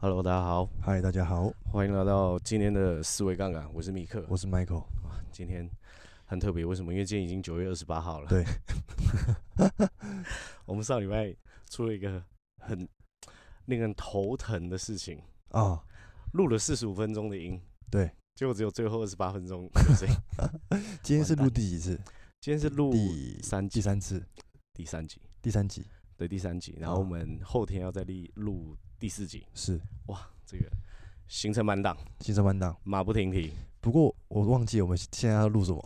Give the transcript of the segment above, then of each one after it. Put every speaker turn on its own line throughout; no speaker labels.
大家好，
嗨，大家好，
欢迎来到今天的思维杠杆，我是密克。
我是 Michael。
今天很特别，为什么？因为今天已经九月二十八号了。
对，
我们上礼拜出了一个很令人头疼的事情，
啊、
录了四十五分钟的音，
对，
结果只有最后二十八分钟有声音。
今天是录
完蛋
第几次？
今天是录
第
三
第
集，
三次，
第三集，
第三集
对，第三集。然
哦
后我们后天要再立录第四集，
是
这个行程满档，
新生班档。
马不停蹄。
不过我忘记我们现在要录什么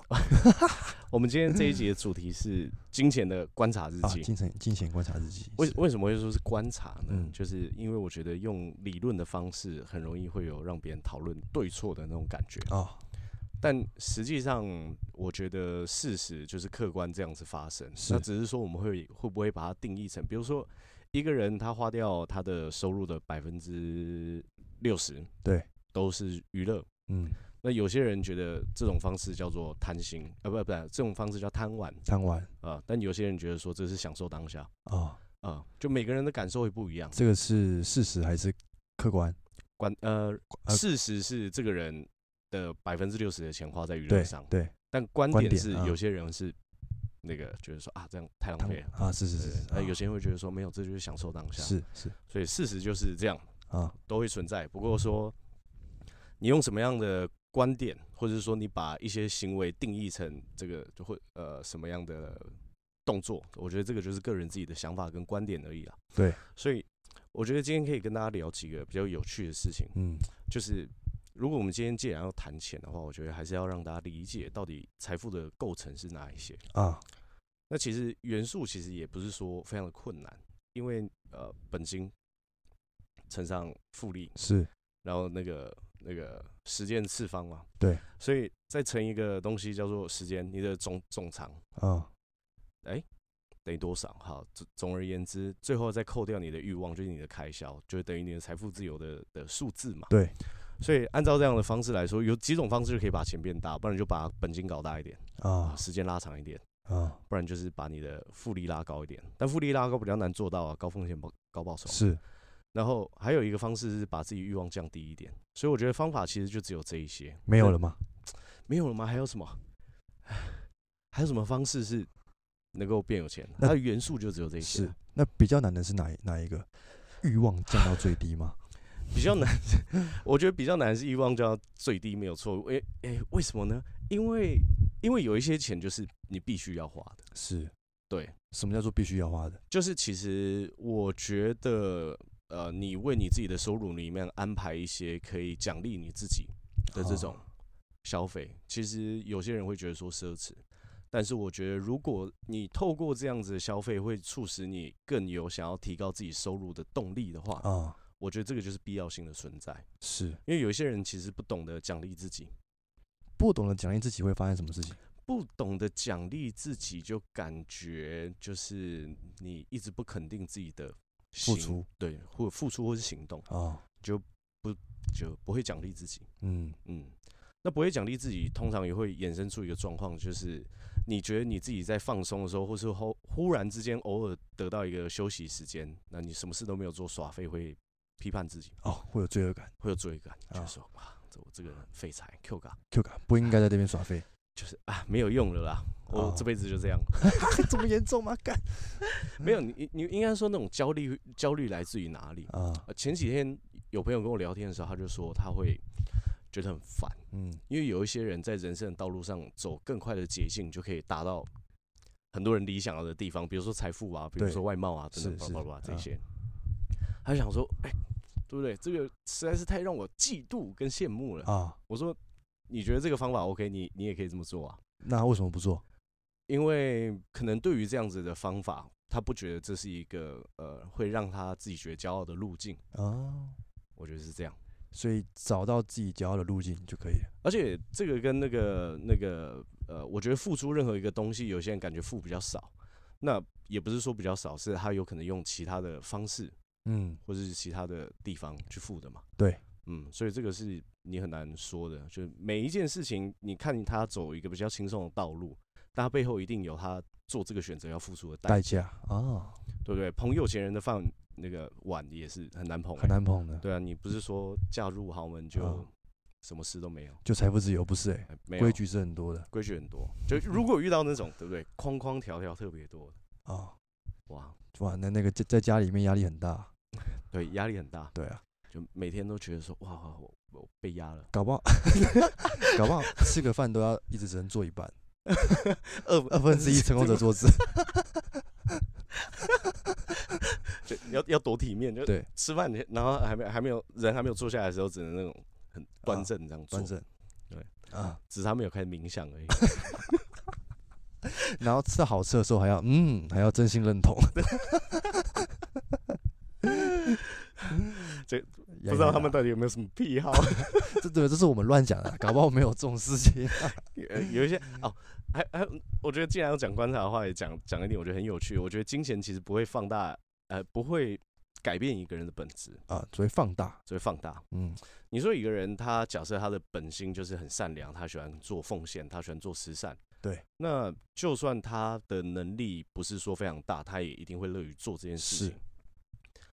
我们今天这一集的主题是金钱的观察日
啊？
记。
金钱金钱观察日记。
为
是
为什么会说是观察呢？
嗯
就是因为我觉得用理论的方式很容易会有让别人讨论对错的那种感觉，
啊、
但实际上我觉得事实就是客观这样子发生。
是
那只是说我们会会不会把它定义成，比如说一个人他花掉他的收入的百分之六十，
对，
都是娱乐。
嗯，
那有些人觉得这种方式叫做贪心，呃，不不，这种方式叫贪玩
贪玩
啊、但有些人觉得说这是享受当下啊、
啊、
就每个人的感受会不一样。
这个是事实还是客观？
管呃，
呃
事实是这个人的百分之六十的钱花在娱乐
对
上，
对，
但观
观
点
点
是
啊
有些人是那个觉得说啊，这样太浪
贪
费了。
啊，是是
对
是
对
是，
那
啊
有些人会觉得说没有，这就是享受当下。，
是是
所以事实就是这样，
啊，
都会存在。不过说，你用什么样的观点，或者是说你把一些行为定义成这个，就会呃什么样的动作，我觉得这个就是个人自己的想法跟观点而已啊。
对，
所以我觉得今天可以跟大家聊几个比较有趣的事情。
嗯，
就是如果我们今天既然要谈钱的话，我觉得还是要让大家理解到底财富的构成是哪一些。
啊，
那其实元素其实也不是说非常的困难，因为呃本金乘上复利，
是
然后那个那个时间次方嘛，
对，
所以再乘一个东西叫做时间，你的总总长
啊，
等于多少？好，总总而言之，最后再扣掉你的欲望，就是你的开销，就等于你的财富自由的的数字嘛。
对。
所以按照这样的方式来说，有几种方式就可以把钱变大，不然你就把本金搞大一点，
啊
时间拉长一点，
啊，
不然就是把你的复利拉高一点。但复利拉高比较难做到啊，高风险保高报酬。
是
然后还有一个方式是把自己欲望降低一点。所以我觉得方法其实就只有这一些，
没有了吗？
没有了吗？还有什么？ 还有什么方式是能够变有钱？
那
它的元素就只有这一些啊
是。那比较难的是哪一哪一个？欲望降到最低吗？
比较难， 我觉得比较难是欲望降到最低，没有错。诶、诶、为什么呢？因为因为有一些钱就是你必须要花的，
是
对，
什么叫做必须要花的？
就是其实我觉得，呃，你为你自己的收入里面安排一些可以奖励你自己的这
哦
种消费，其实有些人会觉得说奢侈，但是我觉得如果你透过这样子的消费，会促使你更有想要提高自己收入的动力的话，
啊，
我觉得这个就是必要性的存在。
是
因为有一些人其实不懂得奖励自己，
不懂得奖励自己会发生什么事情？
不懂得奖励自己，就感觉就是你一直不肯定自己的
付
行，
出
对，或付出或是行动，
啊，
就不会奖励自己。
嗯，
嗯，那不会奖励自己，通常也会衍生出一个状况，就是你觉得你自己在放松的时候，或是忽忽然之间偶尔得到一个休息时间，那你什么事都没有做，耍废会批判自己，
哦，会有罪恶感
会有罪恶感，就
啊
是说啊，这我这个人很废柴，Q 嘎，
，Q 感不应该在这边耍废，
就是啊，没有用了啦，我
哦
这辈子就这样。
这么严重吗？干
没有，你你应该说那种焦虑，焦虑来自于哪里？
啊，
呃，前几天有朋友跟我聊天的时候，他就说他会觉得很烦，
嗯，
因为有一些人在人生的道路上走更快的捷径，就可以达到很多人理想的地方，比如说财富啊，比如
对
说外貌啊，等等，
是
叭
是
叭叭这
啊
些。他就想说，哎、对不对？这个实在是太让我嫉妒跟羡慕了。
啊，
我说，你觉得这个方法 OK，你你也可以这么做啊，
那为什么不做？
因为可能对于这样子的方法。他不觉得这是一个呃会让他自己觉得骄傲的路径，
啊，
我觉得是这样。
所以找到自己骄傲的路径就可以了。
而且这个跟那个那个呃，我觉得付出任何一个东西，有些人感觉付比较少，那也不是说比较少，是他有可能用其他的方式
嗯，
或者是其他的地方去付的嘛。
对，
嗯，所以这个是你很难说的，就是每一件事情，你看他走一个比较轻松的道路，但他背后一定有他做这个选择要付出的代
代
价，
价啊，
对不对？朋友、钱人的范那个碗也是很难捧、
很。难捧的，
对啊，你不是说嫁入豪门就
嗯
什么事都没有？
就财富自由不是哎、
哎没有
规矩是很多的
规矩很 多，就如果遇到那种对不对，框框条条特别多的，
啊、
哇，
哇，那那个在在家里面压力很大，
对，压力很大，
对啊，
就每天都觉得说哇，我我被压了，
搞不好 搞不好吃个饭都要一直只能做一 半，
二
二分之一 成功者做事，
就要要多体面，就
对，
吃饭你然后还没还没有人还没有坐下来的时候，只能那种很端
啊
正这样坐，
端正，
对
啊，
只是他们有开始冥想而已。
然后吃到好吃的时候还要嗯，还要真心认同，
这
不
不知道他们到底有没有什么癖好，
这对，这是我们乱讲的，搞不好没有这种事情。
有有一些哦，还还有，我觉得既然要讲观察的话，也讲讲一点，我觉得很有趣。我觉得金钱其实不会放大，呃，不会改变一个人的本质，
啊，只会放大。
只会放大。
嗯，
你说一个人，他假设他的本性就是很善良，他喜欢做奉献，他喜欢做慈善，
对，
那就算他的能力不是说非常大，他也一定会乐于做这件事
是
情。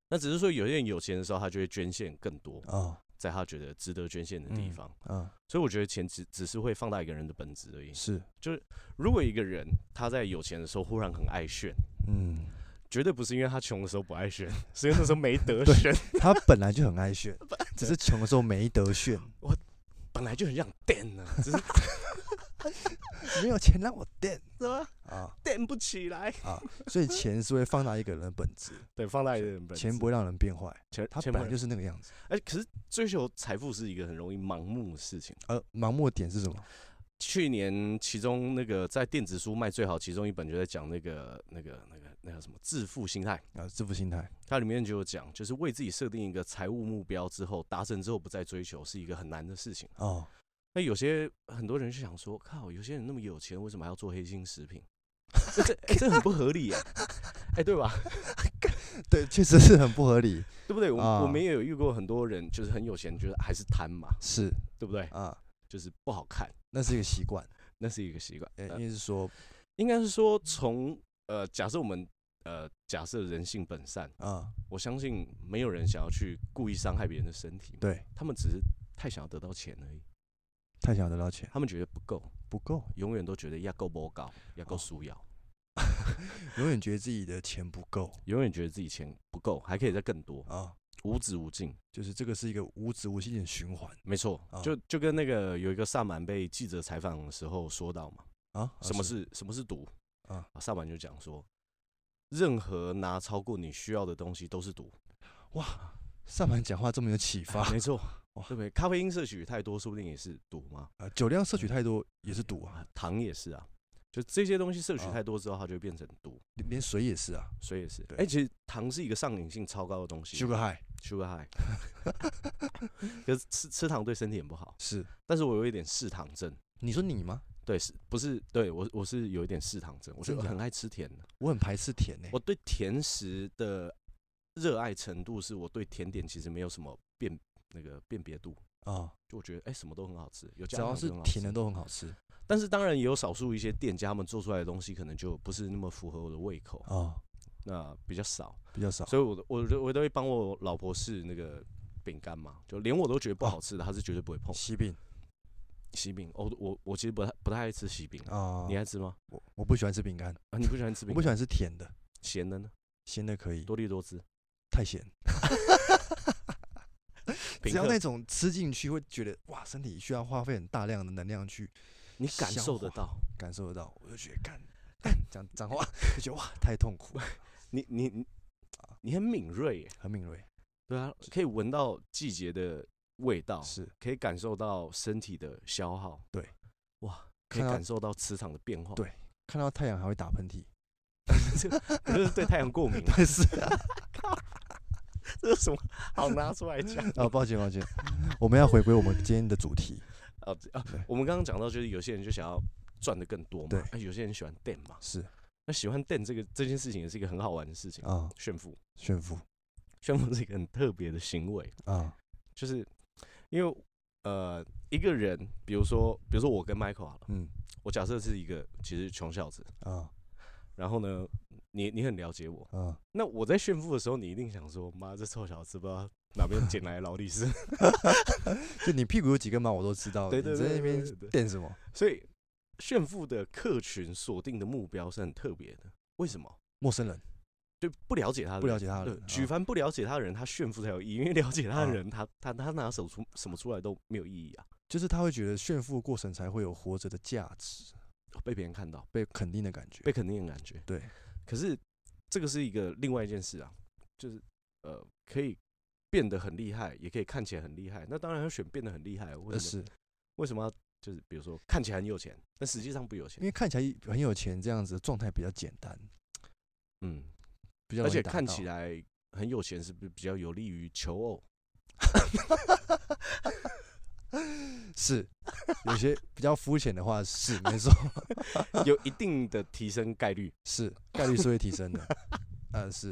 那只是说，有些人有钱的时候，他就会捐献更多，
啊
在他觉得值得捐献的地
嗯
方。
啊，
所以我觉得钱只只是会放大一个人的本质而已。
是，
如果一个人他在有钱的时候忽然很爱炫，
嗯，
绝对不是因为他穷的时候不爱炫，是因为那时候没得炫，
他本来就很爱炫， 只是穷的时候没得炫，
本来就很想垫呢、只是
没有钱让我垫
怎么
啊
垫不起来。
啊，所以钱是会放大一个人的本质，
对，放大一点本质
钱不会让人变坏，
钱
他
钱
本
不
来就是那个样子。
哎，可是追求财富是一个很容易盲目的事情。
呃，盲目的点是什么？
去年其中那个在电子书卖最好，其中一本就在讲那个那个那个那个什么致富心态，
啊，致富心态
它里面就有讲，就是为自己设定一个财务目标之后，达成之后不再追求是一个很难的事情。
哦
那有些很多人是想说，靠，有些人那么有钱，为什么还要做黑心食品？ 这这、哎这很不合理耶、哎、对吧？
对，确实是很不合理，
对不对？我、
啊
我们也有遇过很多人，就是很有钱，觉得还是贪嘛，
是
对不对？
啊，
就是不好看，
那是一个习惯，
那是一个习惯。
呃，
呃
应该是说
应该是说从呃，假设我们呃，假设人性本善，
啊，
我相信没有人想要去故意伤害别人的身体，
对，
他们只是太想要得到钱而已，
太想得到钱
他们觉得不够，
不够，
永远都觉得要够不够，要够输要，
永远觉得自己的钱不够
永远觉得自己钱不够，还可以再更多，
啊，
无止无尽。
就是这个是一个无止无尽的循环
没错，
啊
就就跟那个有一个萨满被记者采访的时候说到嘛，
啊，啊
什么是什么是赌
啊？
萨满就讲说，任何拿超过你需要的东西都是赌。
哇，上盘讲话这么有启发
哎 没错，
哇
对不对？咖啡因摄取太多，说不定也是赌嘛。
啊！酒量摄取太多也是赌啊，
啊，糖也是啊，就这些东西摄取
啊
太多之后，它就会变成毒，
连连水也是啊
水也是。
对
哎、其实糖是一个上瘾性超高的东西
，Sugar High
，sugar high。可 是吃吃糖对身体很不好，
是。
但是我有一点嗜糖症，
你说你吗？
对，是不是？对我我是有一点嗜糖症，我就
真假
很爱吃甜的。
我很排斥甜呢、
我对甜食的热爱程度是我对甜点其实没有什么辨那个辨别度，
啊，
就我觉得哎、什么都很好吃，有
只
加
要
糖
是
就很好吃
甜的都很好吃
但是当然也有少数一些店家，他们做出来的东西可能就不是那么符合我的胃口，
啊，
那比较少，
比较少。
所以我都我都我都会帮我老婆试那个饼干嘛，就连我都觉得不好吃的，她是绝对不会碰。
西饼
喜饼，哦，我我其实不太不太爱吃喜饼，
啊，
你爱吃 吗？
我我不喜欢吃饼干，
啊，你不喜欢吃
我
饼
不
干？
喜欢吃甜的，
咸的呢？
咸的可以，
多利多 汁，
太咸。
品
只要
客
那种吃进去会觉得哇，身体需要花费很大量的能量去
你感受得
消化
到，
感受得到，我就觉得干干讲脏话，就觉得哇太痛苦了，
你你你你很敏锐耶，
很敏锐，
对啊，可以闻到季节的味道，
是
可以感受到身体的消耗，
对，
哇，可以
看到
感受到磁场的变化，
对看到太阳还会打喷嚏，
我就是对太阳 过敏啊，
但是
这是什么好拿出来讲？
啊，抱歉 抱歉，我们要回归我们今天的主题，
哦啊
对，
我们刚刚讲到，就是有些人就想要赚的更多嘛
对，
啊有些人喜欢电嘛，
是
那喜欢电这个这件事情也是一个很好玩的事情，
啊，
炫富，
炫富
炫富是一个很特别的行为，
啊，
就是因为呃一个人，比如说比如说我跟 Michael 好了，
嗯
我假设是一个其实穷小子，
啊，
然后呢，你你很了解我，
嗯，
那我在炫富的时候，你一定想说，妈，这臭小子不知道哪边捡来的劳力士。
就你屁股有几根毛我都知道，
对
你
对
在
对
那
对
边
对对，
垫什么？
所以炫富的客群锁定的目标是很特别的。为什么？
陌生人
就不了解他的人，
不了解他的
对
人，，
举
啊
凡不了解他的人，他炫富才有意义，因为了解他
啊
的人，他他他拿手出什么出来都没有意义啊，
就是他会觉得炫富过程才会有活着的价值，
被别人看到，
被肯定的感觉。
被肯定的感觉。
对，
可是这个是一个另外一件事啊，就是呃，可以变得很厉害，也可以看起来很厉害。那当然要选变得很厉害，啊为
呃，
什么？
是
为什么要就是比如说看起来很有钱，但实际上不有
因
钱？
为看起来很有钱，这样子的状态比较简单，
嗯，
比较
而
容易
且
达
看
到
起来很有钱，是不是比较有利于求偶？
是有些比较肤浅的话是没错，
有一定的提升概率，
是概率是会提 升的，呃是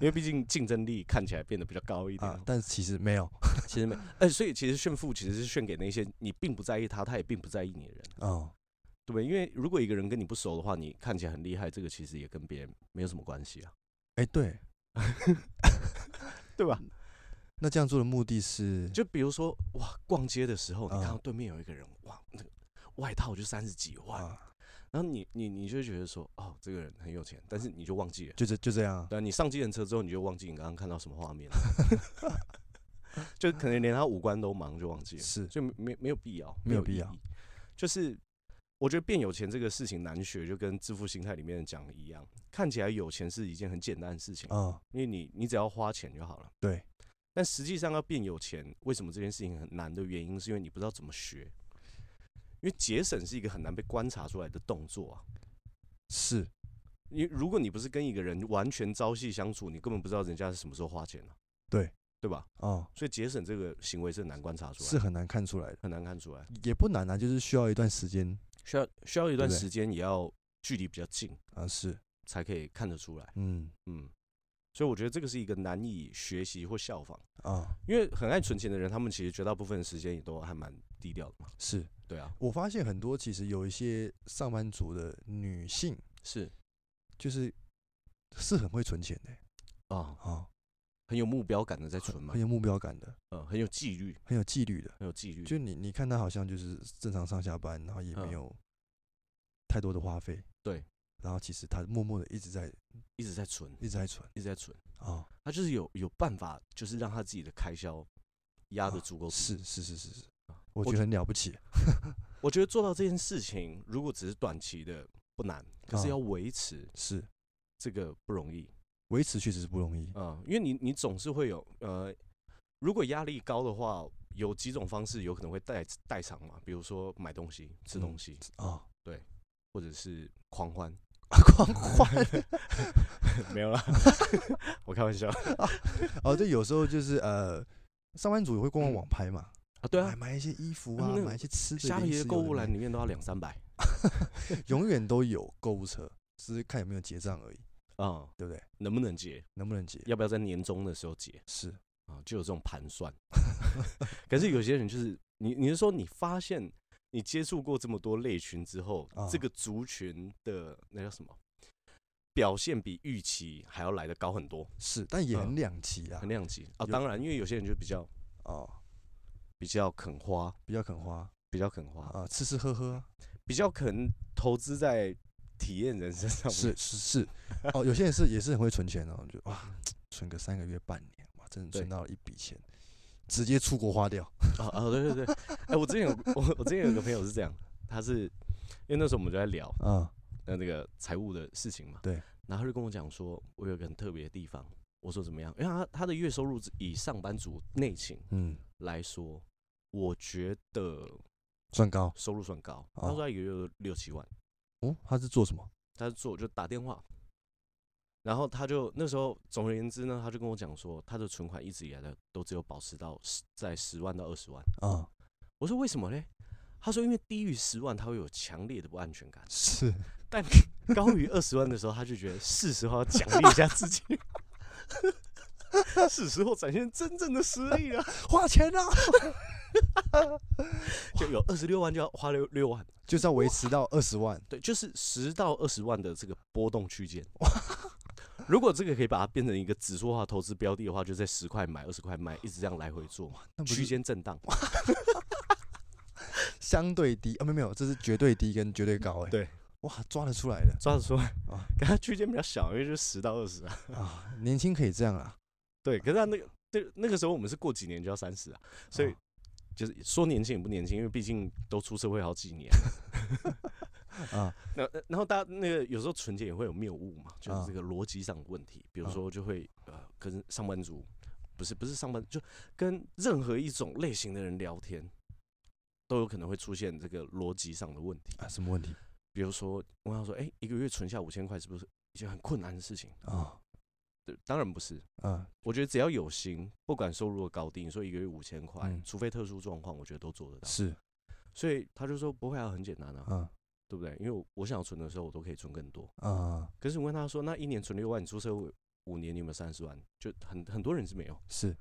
因为毕竟竞争力看起来变得比较高一点
啊
哦。，
但其实没有
其实没，呃，所以其实炫富其实是炫给那些你并不在意他，他也并不在意你的人，
哦，
对不对？因为如果一个人跟你不熟的话，你看起来很厉害，这个其实也跟别人没有什么关系啊，
哎、对，
对吧？
那这样做的目的是
就比如说，哇，逛街的时候，你
嗯
看到对面有一个人，哇，那个外套就三十几万，
啊，
然后你你你就会觉得说，哦，这个人很有钱，但是你就忘记了，
就这就这样啊，
对啊，你上计程车之后，你就忘记你刚刚看到什么画面了， 就可能连他五官都忙就忘记了，
是
就没没没有必要，
没有必
意
要
义。就是我觉得变有钱这个事情难学，就跟《致富心态》里面讲的一样，看起来有钱是一件很简单的事情，
啊，
因为你你只要花钱就好了。
对，
但实际上要变有钱，为什么这件事情很难的原因，是因为你不知道怎么学。因为节省是一个很难被观察出来的动作啊，
是
因为如果你不是跟一个人完全朝夕相处，你根本不知道人家是什么时候花钱的、
对
对吧？
哦，
所以节省这个行为是很难观察出来，
是很难看出来的，
很难看出来，
也不难啊，就是需要一段时间
需要需要一段
对不对
时间，也要距离比较近
啊，是，
才可以看得出来。
嗯
嗯，所以我觉得这个是一个难以学习或效仿，
啊，
因为很爱存钱的人，他们其实绝大部分的时间也都还蛮低调的嘛。
是
对啊，
我发现很多其实有一些上班族的女性，
是
就是是很会存钱的
啊，
啊，
很有目标感的在存
很
嘛
很，有目标感的，
嗯，很有纪律，
很有纪律的。
很有纪律。
就你你看他好像就是正常上下班，然后也
嗯
没有太多的花费，
对，
然后其实他默默的一直在
一直在存，
一直在存
一直在存，
啊，
他就是有有办法，就是让他自己的开销压得
啊
足够低。
是是是是是
啊，
我
我
觉
觉
得很了不起，
我觉得做到这件事情，如果只是短期的不难，可是
啊
要维持
是
这个不容易
维持确实是不容易，
啊、因为你你总是会有呃，如果压力高的话，有几种方式有可能会代代偿嘛，比如说买东西、吃东
嗯
西，
啊，
或者是狂欢，
狂欢
没有啦， 我开玩笑啊，
哦，对，有时候就是呃，上班族也会逛逛
嗯
网拍嘛，
对
买
啊，
买一些衣服
嗯
啊，
那
买一些吃的，
虾皮
零
的
食
购
有的
物篮
没
里面都要两三百
永远都有购物车，只是看有没有结账而已，
啊、
对不对？
能不能结？
能不能结？
要不要在年终的时候结
是
啊、就有这种盘算。 可是有些人就是你，你是说你发现你接触过这么多类群之后，
啊
这个族群的那叫什么表现比预期还要来的高很多，
是，但也很
嗯
两极啊
很，两极啊。
有
当然，因为有些人就比较
哦，
比较肯花，
比较肯花
比较肯花，
啊，吃吃喝 喝啊。
比较肯投资在体验人生上面。
是是是，哦，有些人是也是很会存钱哦，就哇，存个三个月半年，哇，真的
对
存到了一笔钱，直接出国花掉。
啊啊，对对对，哎、我之前有我我之前有个朋友是这样，他是因为那时候我们就在聊
啊，
那那个财务的事情嘛，
对，
然后他就跟我讲说，我有一个很特别的地方，我说怎么样？因为他他的月收入以上班族内勤
嗯，
来说，我觉得
算高
收入算高，
哦
他说他一个月有六七万，
哦。他是做什么？
他就做就打电话。然后他就那时候，总而言之呢，他就跟我讲说，他的存款一直以来的都只有保持到十在十万到二十万。
啊，
我说为什么嘞？他说因为低于十万他会有强烈的不安全感，
是
但高于二十万的时候他就觉得是时候要奖励一下自己， 是时候展现真正的实力了。
花钱啊，
就有二十六万就要花六六万，
就是要维持到二十万，
对，就是十到二十万的这个波动区间。如果这个可以把它变成一个指数化投资标的的话，就在十块买、二十块卖，一直这样来回做，
那不
区
是
间震荡。
相对低啊？没有没有，这是绝对低跟绝对高哎、
对，
哇，抓得出来的
抓着说，
啊
可它区间比较小，因为就十到二十啊。
啊！年轻可以这样啦，
对，可是它那个对那个时候我们是过几年就要三十啊，所以
啊
就是说年轻也不年轻，因为毕竟都出社会好几年。
啊
那呃然后大家那个有时候存钱也会有谬误嘛，就
啊
是这个逻辑上的问题，比如
啊
说就会呃跟上班族，不是不是上班，就跟任何一种类型的人聊天，都有可能会出现这个逻辑上的问题。
啊，什么问题
比如说问他说，哎、一个月存下五千块是不是一件很困难的事情？
啊
对，当然不是。
啊？
我觉得只要有心，不管收入的高低，你说一个月五千块，
嗯
除非特殊状况，我觉得都做得到。
是
所以他就说不会啊，很简单啊，
啊
对不对？因为我我想存的时候，我都可以存更多。
啊
可是我问他说，那一年存六万，你出社会五年，你有没有三十万？就很很多人是没有，
是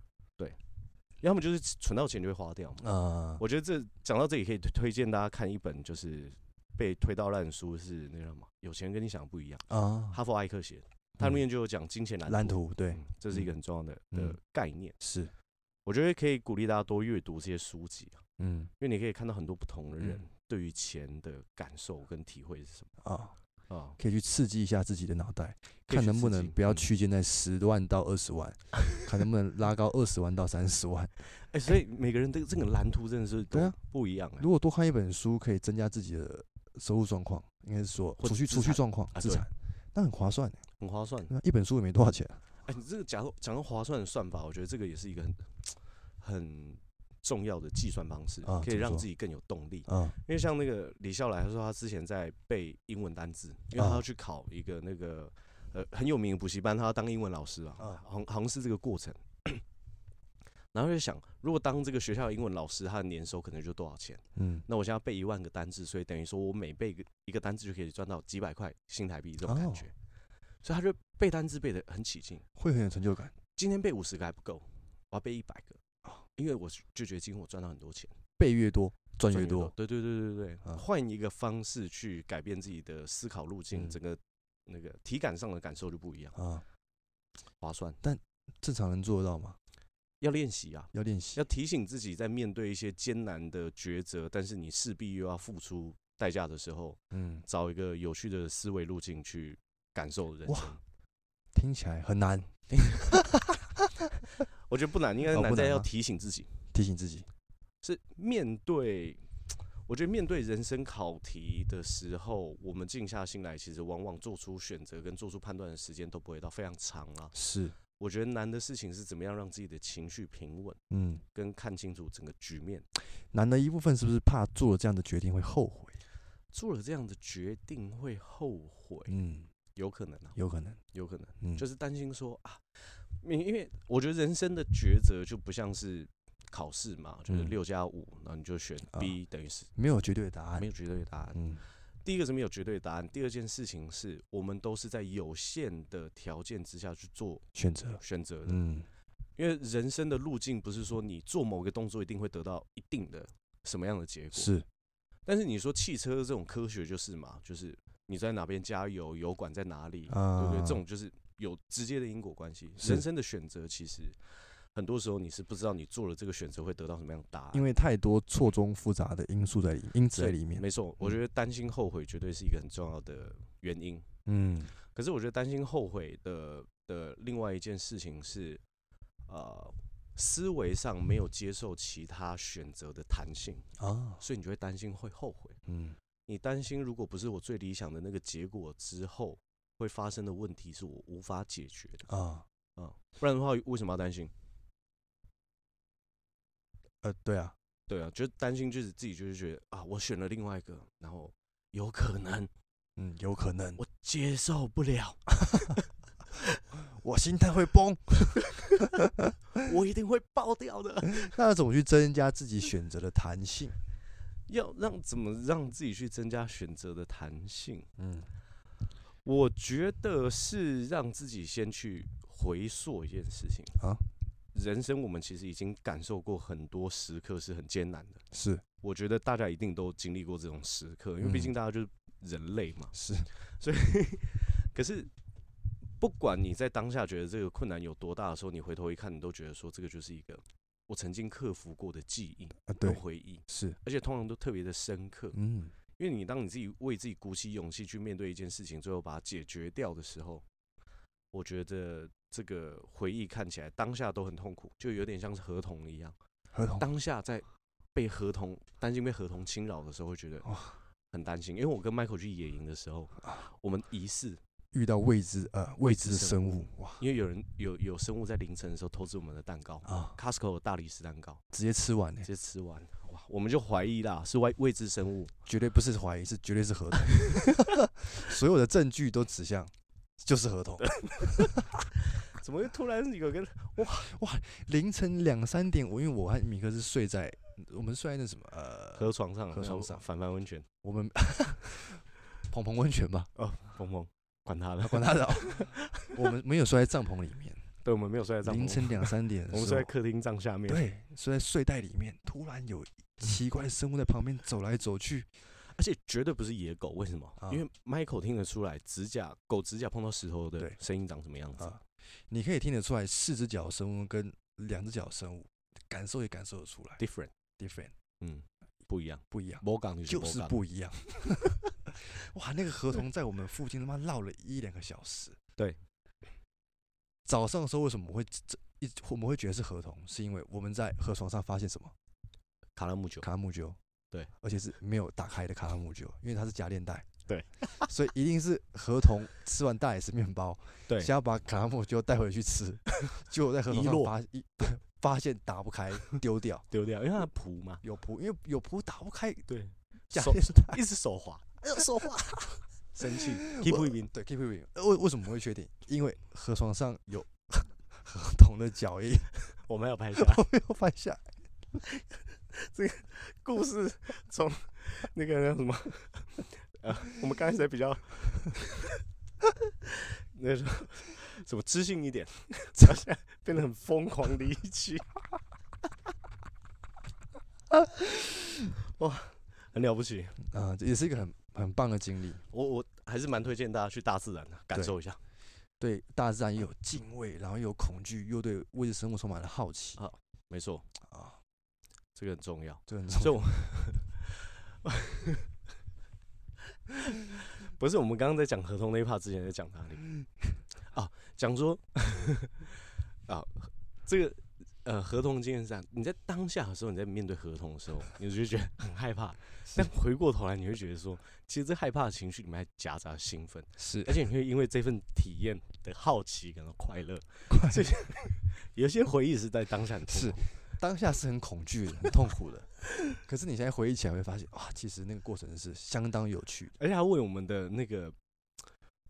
要么就是存到钱就会花掉嘛。
啊
我觉得这讲到这里，可以推推荐大家看一本就是被推到烂书，是那个什么，有钱人跟你想的不一样，
啊，嗯
哈佛艾克写的，它里面就有讲金钱蓝
蓝图对
嗯这是一个很重要的的
嗯
概念。
是
我觉得可以鼓励大家多阅读这些书籍啊，
嗯
因为你可以看到很多不同的人
嗯
对于钱的感受跟体会是什
啊，
么啊。
可以去刺激一下自己的脑袋，
可以
看
去
能不
刺
能
激
不要
嗯
区间在十万到二十万， 看能不能拉高二十万到三十万。
哎，所以每个人的这个蓝图真的是
对
都
啊
不一样啊。
如果多看一本书，可以增加自己的收入状况，应该是说
或
储蓄
资
储蓄
产
状况
啊
资
对
产，那很划算欸。
很划算。
那一本书也没多 少钱啊
哎，你这个讲讲到划算的算法，我觉得这个也是一个很很重要的计算方式，
啊
可以
怎么
让
说
自己更有动力。
啊
因为像那个李笑来，他说他之前在背英文单字，因为他
啊
要去考一个那个呃很有名的补习班，他要当英文老师啊，
啊
好像好像是这个过程。 然后就想，如果当这个学校的英文老师，他的年收可能就多少钱？
嗯
那我现在背一万个单字，所以等于说我每背一个一个单字就可以赚到几百块新台币这种感
哦
觉。所以他就背单字背得很起劲。
会很有成就感
今天背五十个还不够，我要背一百个
哦，
因为我是就觉得今天我赚到很多钱，
背越多赚越多。
对对对对对，
啊
换一个方式去改变自己的思考路径，
嗯
整个那个体感上的感受就不一样，
啊，
划算。
正常人做得到吗？
要练习啊，
要练习
要提醒自己，在面对一些艰难的抉择，但是你势必又要付出代价的时候，
嗯，
找一个有趣的思维路径去感受人
哇
生。
听起来很难，
我觉得不难，应该
哦
难
不
在
难
要
吗
提醒自己，
提醒自己
是面对，我觉得面对人生考题的时候，我们静下心来，其实往往做出选择跟做出判断的时间都不会到非常长啊。
是，
我觉得难的事情是怎么样让自己的情绪平稳，
嗯，
跟看清楚整个局面。
难的一部分是不是怕做了这样的决定会后悔？
做了这样的决定会后悔，
嗯，
有可能啊，
有可能，
有可能，
嗯，
就是是担心说啊，因因为我觉得人生的抉择就不像是考试嘛，就是
嗯
六加五，然后你就选
啊
B 等于十，
没有绝对的答案
没。有绝对的答案。
嗯
第一个是没有绝对的答案，第二件事情是我们都是在有限的条件之下去做
选择，
选择的，
嗯，
因为人生的路径不是说你做某个动作一定会得到一定的什么样的结果，
是
但是你说汽车这种科学就是嘛，就是你在哪边加油，油管在哪里，
啊，
对不对？这种就是有直接的因果关系。
是
人生的选择其实很多时候你是不知道你做了这个选择会得到什么样的答案，
因为太多错综复杂的因素在里，因子
所
在
以
里面。
没错，我
嗯
觉得担心后悔绝对是一个很重要的原因。
嗯，
可是我觉得担心后悔的的另外一件事情是，呃，思维上没有接受其他选择的弹性，
啊，
所以你就会担心会后悔。
嗯，
你担心如果不是我最理想的那个结果之后会发生的问题是我无法解决的，
啊，
不然的话为什么要担心？
呃，对啊，
对啊，就担心就是自己就是觉得啊，我选了另外一个，然后有可能
嗯，有可能，
我接受不了，
我心态会崩。
我一定会爆掉的。
那要怎么去增加自己选择的弹性？
要让怎么让自己去增加选择的弹性？
嗯，
我觉得是让自己先去回溯一件事情
啊，
人生我们其实已经感受过很多时刻是很艰难的。
是
我觉得大家一定都经历过这种时刻，因为毕竟
嗯
大家就是人类嘛。
是，
可是不管你在当下觉得这个困难有多大的时候，你回头一看，你都觉得说这个就是一个我曾经克服过的记忆、
啊，
跟
对，
回忆，
是，
而且通常都特别的深刻。
嗯，
因为你当你自己为自己鼓起勇气去面对一件事情，最后把它解决掉的时候，我觉得这个回忆看起来当下都很痛苦，就有点像是合同一样。
合同
当下在被合同担心被合同侵扰的时候，会觉得
哇
很担心。因为我跟 Michael 去野营的时候，
啊
我们疑似
遇到未知呃未知的
生
生物，哇
因为有人有有生物在凌晨的时候偷吃我们的蛋糕
啊，
，Costco 的大理石蛋糕，
直接吃完呢
直，接吃完，哇，我们就怀疑啦，是外未知生 物。
绝对不是怀疑，是绝对是合同， 所有的证据都指向就是合同。
怎么会突然有个
凌晨两三点，我因为我和米克是睡在我们睡在那什么呃，
河床上？
河床上
反反温泉。
我们 蓬蓬温泉吧，
鹏鹏，管他了，
管他的哦， 我们没有睡在帐篷里面，
对，我们没有睡在帐
凌
篷，
晨两三点的
我们
时
睡
候
在，客厅帐下面。
对，睡在睡袋里面，突然有奇怪的生物在旁边走来走去，
而且绝对不是野狗，为什么？
啊
因为 Michael 听得出来指甲狗指甲碰到石头的
对
声音长什么样子。
啊，你可以听得出来四只脚的生物跟两只脚的生物，感受也感受得出来
Different，
，different
嗯，不一样。
不一样，
魔港就是
就是
魔港
不一样。 哇，那个河童在我们附近他妈绕了一两个小时。
对，
早上的时候为什么我会这一我们会觉得是河童，是因为我们在河床上发现什么
卡拉木酒，
卡拉木鸠，
对，
而且是没有打开的卡拉木鸠，因为它是夹链袋。
对，
所以一定是河童吃完大 S 面包，
对
想要把卡拉木鸠带回去吃， 结果在河床
遗
上
落
发一 发现打不开，丢掉
丢掉，因为它蒲嘛，
有蹼，因为有蹼打不开
对，
夹
手
链袋，
一直手滑，哎呦手滑，生气，keep
我
moving，
对，keep moving。呃为为什么会确定？因为河床上有 河童的脚印，
我们要拍下来。
我没有翻下来。
故事从那个叫什么，呃，我们刚才比较 那什么什么知性一点，然后现在变得很疯狂离 奇，哇，很了不起，
啊、这也是一个很很棒的经历，
我我还是蛮推荐大家去大自然的感
对
受一下
对大自然又有敬畏，然后又有恐惧，又对未知生物充满了好奇
啊没错，
啊，
这个很重要。
这很
所以
重
我 不是我们刚刚在讲合同那一 part 之前在讲哪里
嗯
啊？讲说 啊，这个呃合同经验是这样，你在当下的时候，你在面对合同的时 候，你就觉得很害怕，但回过头来，你会觉得说，其实这害怕的情绪里面还夹杂兴奋，
是
而且你会因为这份体验的好奇感到快乐。
快
这 有些回忆是在当下很痛
是
苦
当下是很恐惧的，很痛苦的。可是你现在回忆起来，会发现哇，其实那个过程是相当有趣的
而且还为我们的那个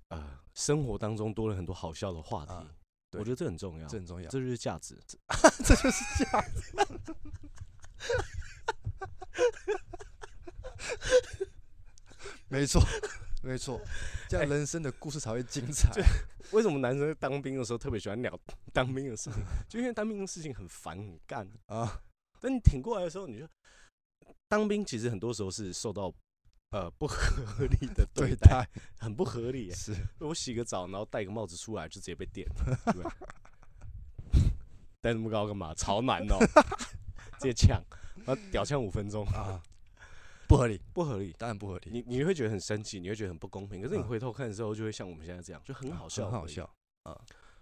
呃生活当中多了很多好笑的话题，
啊对
我觉得这很重要，
这
这
很重要。
就是价值。
这就是这样。没错，没错，这
哎
样人生的故事才会 精彩。
为什么男生在当兵的时候特别喜欢聊 当兵的事 情？就因为当兵的事情很烦很干，
啊，
但你挺过来的时候，你就当兵其实很多时候是受到呃不合理的对
对
待，
待
很不合理耶。
是
我洗个澡，然后戴个帽子出来，就直接被 电，对不对戴那么高干 嘛？朝南哦，直接呛，然后屌呛五分钟，
啊，不合理，
不合理。
当然不合理。
你你会觉得很生气，你会觉得很不公平。可是你
嗯
回头看的时候，就会像我们现在这样，就很好笑，
很好。笑。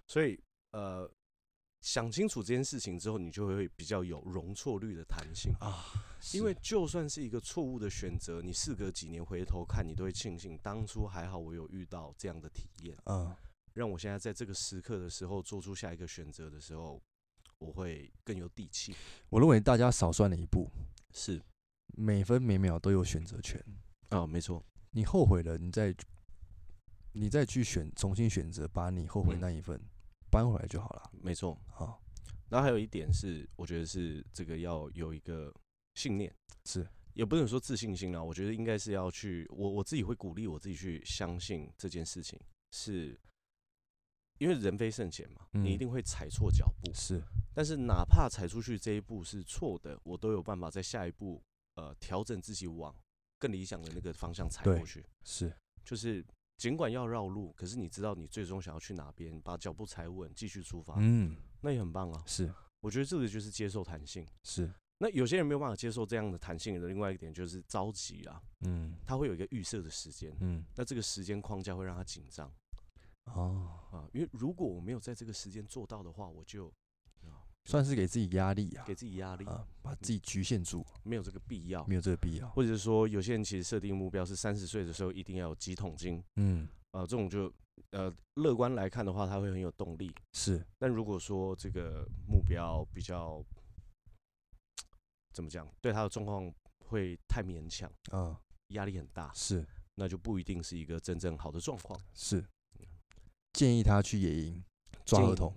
所以呃，想清楚这件事情之后，你就会比较有容错率的弹性。
啊，
因为就算是一个错误的选择，你事隔几年回头看，你都会庆幸当初还好我有遇到这样的体验，
嗯，
让我现在在这个时刻的时候做出下一个选择的时候，我会更有底气。
我认为大家少算了一步，
是
每分每秒都有选择权。
啊，没错，
你后悔了，你再你再去选，重新选择，把你后悔
嗯
那一份搬回来就好了。
没错。
啊，
然后还有一点是，我觉得是这个要有一个信念。
是
也不能说自信心啦，我觉得应该是要去，我我自己会鼓励我自己去相信这件事情是因为人非圣贤嘛，
嗯
你一定会踩错脚步。
是
但是哪怕踩出去这一步是错的，我都有办法在下一步呃调整自己往更理想的那个方向踩
对
过去。
是，
就是尽管要绕路，可是你知道你最终想要去哪边，把脚步踩稳，继续出发，
嗯，
那也很棒啊。
是
我觉得这个就是接受弹性。
是，
那有些人没有办法接受这样的弹性的另外一个点就是着急啊，
嗯
他会有一个预设的时间，
嗯，
那这个时间框架会让他紧张
哦，
啊，因为如果我没有在这个时间做到的话，我就啊
算是给自己压力啊
给，自己压力，嗯
啊，把自己局限住，
没有这个必要。
没有这个必要。
或者是说，有些人其实设定目标是三十岁的时候一定要有几桶金，
嗯，
啊，这种就呃乐观来看的话，他会很有动力。
是
但如果说这个目标比较怎么讲，对他的状况会太勉强，
啊，
压力很大，
是
那就不一定是一个真正好的状况。
是，建议他去野营抓
建
儿
议
童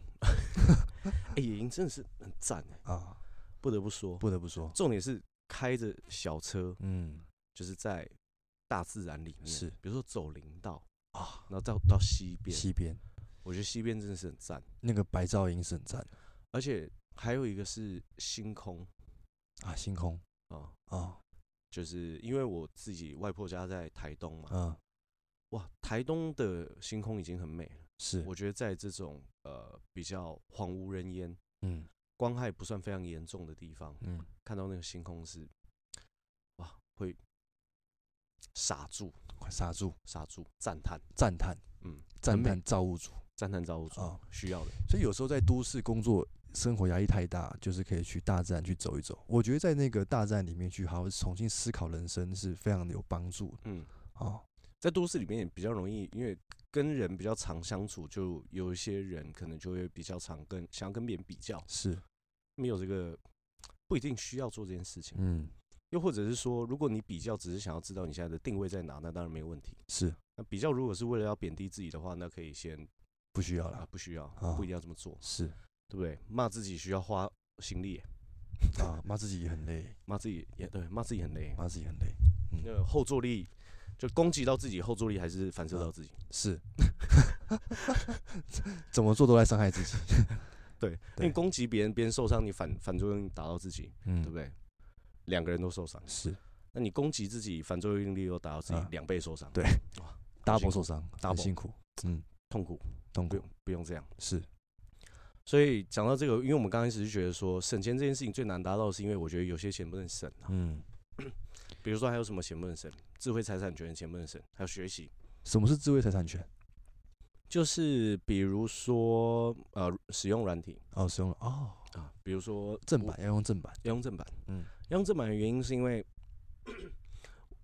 哎、野营真的是很赞哎、
啊，
不得不说，
不得不说，
重点是开着小车，
嗯，
就是在大自然里面，
是
比如说走林道，
啊，
然后到到西边，
西边
我觉得西边真的是很赞，
那个白噪音是很赞的
而且还有一个是星空
啊，星空
啊。
啊，
就是因为我自己外婆家在台东嘛，
嗯，
哇，台东的星空已经很美了。
是，
我觉得在这种呃比较荒无人烟、
嗯
光害不算非常严重的地方，
嗯，
看到那个星空是，哇，会傻住、
快刹住，
傻住、赞叹、
赞叹，
嗯，
赞
美
叹造物主
赞叹造物主
啊。
需要的。
所以有时候在都市工作，生活压力太大，就是可以去大自然去走一走。我觉得在那个大自然里面去好好重新思考人生是非常有帮助的
嗯，
哦。
在都市里面也比较容易，因为跟人比较常相处，就有一些人可能就会比较常跟想要跟别人比较，
是，
没有这个不一定需要做这件事情。
嗯，
又或者是说，如果你比较只是想要知道你现在的定位在哪，那当然没有问题。
是
那比较如果是为了要贬低自己的话，那可以先
不需要
啊
啦，
不需要
啊，
不一定要这么做，
是
对不对？骂自己需要花心力，
啊，骂自己也很累，
骂自己 也对，骂自己很累，
骂自己很累，
那个后坐力就攻击到自己，后坐力还是反射到自己。
是， 怎么做都在伤害自己，
对，因
对
为攻击别人，别人受伤，你反反作用力打到自己，
嗯，
对不对？两个人都受伤，
是
那你攻击自己，反作用力又打到自己
啊，
两倍受伤，
对
很辛
，double
苦
受伤，很
double
辛苦，嗯，
痛苦，
痛
不
苦
用不用这样。
是
所以讲到这个，因为我们刚开始就觉得说省钱这件事情最难达到，是因为我觉得有些钱不能省啊，
嗯，
比如说还有什么钱不能省，智慧财产权的钱不能省，还有学习，
什么是智慧财产权？
就是比如说呃使用软体
哦，使用了哦，
啊，比如说
正
我
版要用正版，
要用正版，
嗯，
要用正版的原因是因为。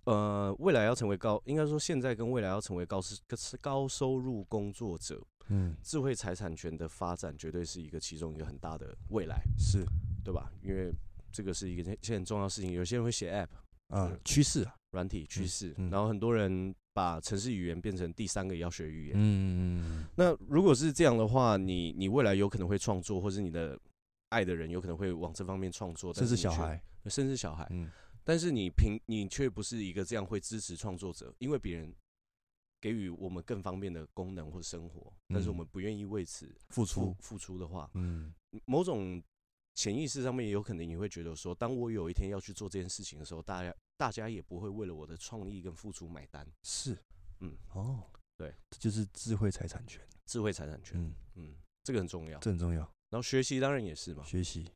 呃，未来要成为高，应该说现在跟未来要成为高收高收入工作者，
嗯，
智慧财产权的发展绝对是一个其中一个很大的未来，
是
对吧？因为这个是一个件件很重要的事情，有些人会写 app，
啊
嗯，
趋势啊，
软体趋
嗯
势，
嗯
然后很多人把城市语言变成第三个要学语言。
嗯，
那如果是这样的话，你你未来有可能会创作，或是你的爱的人有可能会往这方面创作，
这
但
是
是
小
你却，
孩，
甚至小孩，
嗯，
但是你平你却不是一个这样会支持创作者，因为别人给予我们更方便的功能或生活，但是我
嗯
们不愿意为此付
付出，
付出的话，
嗯，
某种潜意识上面也有可能你会觉得说，当我有一天要去做这件事情的时候，大家大家也不会为了我的创意跟付出买单。
是，
嗯，
哦，
对，
这就是智慧财产权，
智慧财产权，
嗯，
嗯，这个很重要。
这很重要，
然后学习当然也是嘛，
学习，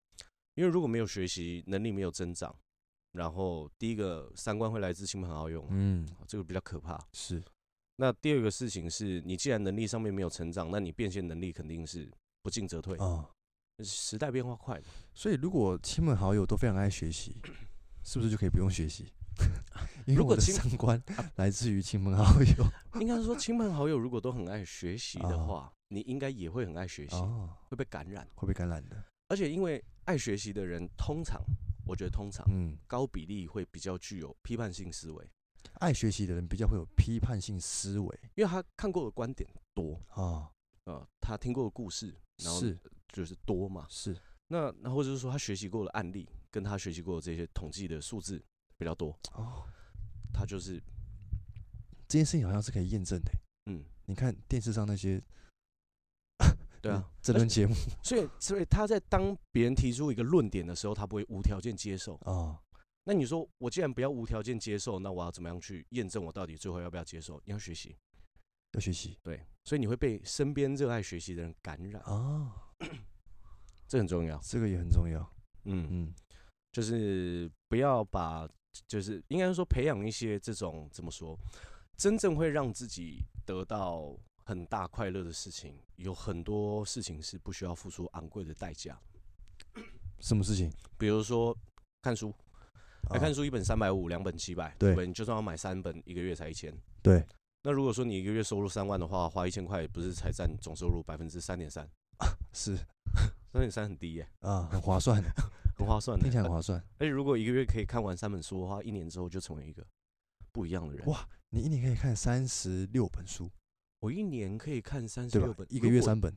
因为如果没有学习，能力没有增长，然后第一个三观会来自亲朋好友嘛，
嗯，
啊这个比较可怕。
是
那第二个事情是你既然能力上面没有成长，那你变现能力肯定是不进则退。
啊，
时代变化快嘛，
所以如果亲朋好友都非常爱学习，是不是就可以不用学习？因为
如
我
果
的
亲
三观来自于亲朋好友
应该是说亲朋好友如果都很爱学习的
啊
话，你应该也会很爱学习，
哦，
会被感染。
会被感染的，
而且因为爱学习的人，通常我觉得通常
嗯，
高比例会比较具有批判性思维，
爱学习的人比较会有批判性思维
因为他看过的观点多，
啊，
呃，他听过的故事，然后
是
就是多嘛。
是，
那那或者是说他学习过的案例，跟他学习过的这些统计的数字比较多，
哦，
他就是
这件事情好像是可以验证的欸，
嗯，
你看电视上那些
对啊，
这轮嗯节目
所以所以他在当别人提出一个论点的时候，他不会无条件接受。
啊，
那你说我既然不要无条件接受，那我要怎么样去验证我到底最后要不要接受？你要学习，
要学习
对，所以你会被身边热爱学习的人感染，
啊，
这很重要。
这个也很重要。
嗯，
嗯，
就是不要把，就是应该说培养一些这种怎么说，真正会让自己得到很大快乐的事情，有很多事情是不需要付出昂贵的代价，
什么事情？
比如说看书，来
啊
看书一本三百五，两本七百，
对
一本就算要买三本，一个月才一千。
对，
那如果说你一个月收入三万的话，花一千块不是才占总收入百分之三点三？
是
三点三很低耶、
啊，很划算，
很划算的。
听起来很划算。
而且如果一个月可以看完三本书的话，一年之后就成为一个不一样的人。
哇，你一年可以看三十六本书，
我一年可以看三十
对
六
吧
本，？
一个月
如果
三本。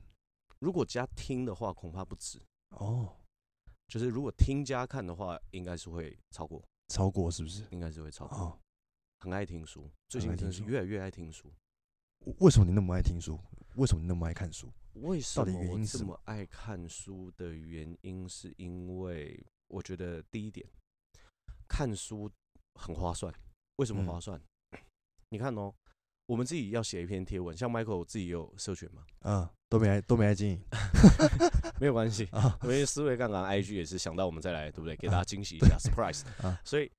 如果加听的话，恐怕不止。
哦，
就是如果听加看的话，应该是会超过，
超过是不是？
应该是会超过。
哦，
很爱听书，最
很
近
爱
真的
听
是
书
越来越爱听书。
为什么你那么爱听书？为什么你那么爱看书？
为什
到底
么
原
我
因是
这
什么
么爱看书的原因，是因为我觉得第一点，看书很划算。为什么
嗯
划算？ 你看哦，我们自己要写一篇贴文，像 Michael 自己也有社群嘛，
啊，都没爱，都没爱经营，
没有关系
啊
因为思维杠杆 IG 也是想到我们再来，对不对？给大家惊喜一下，surprise
啊。
所以，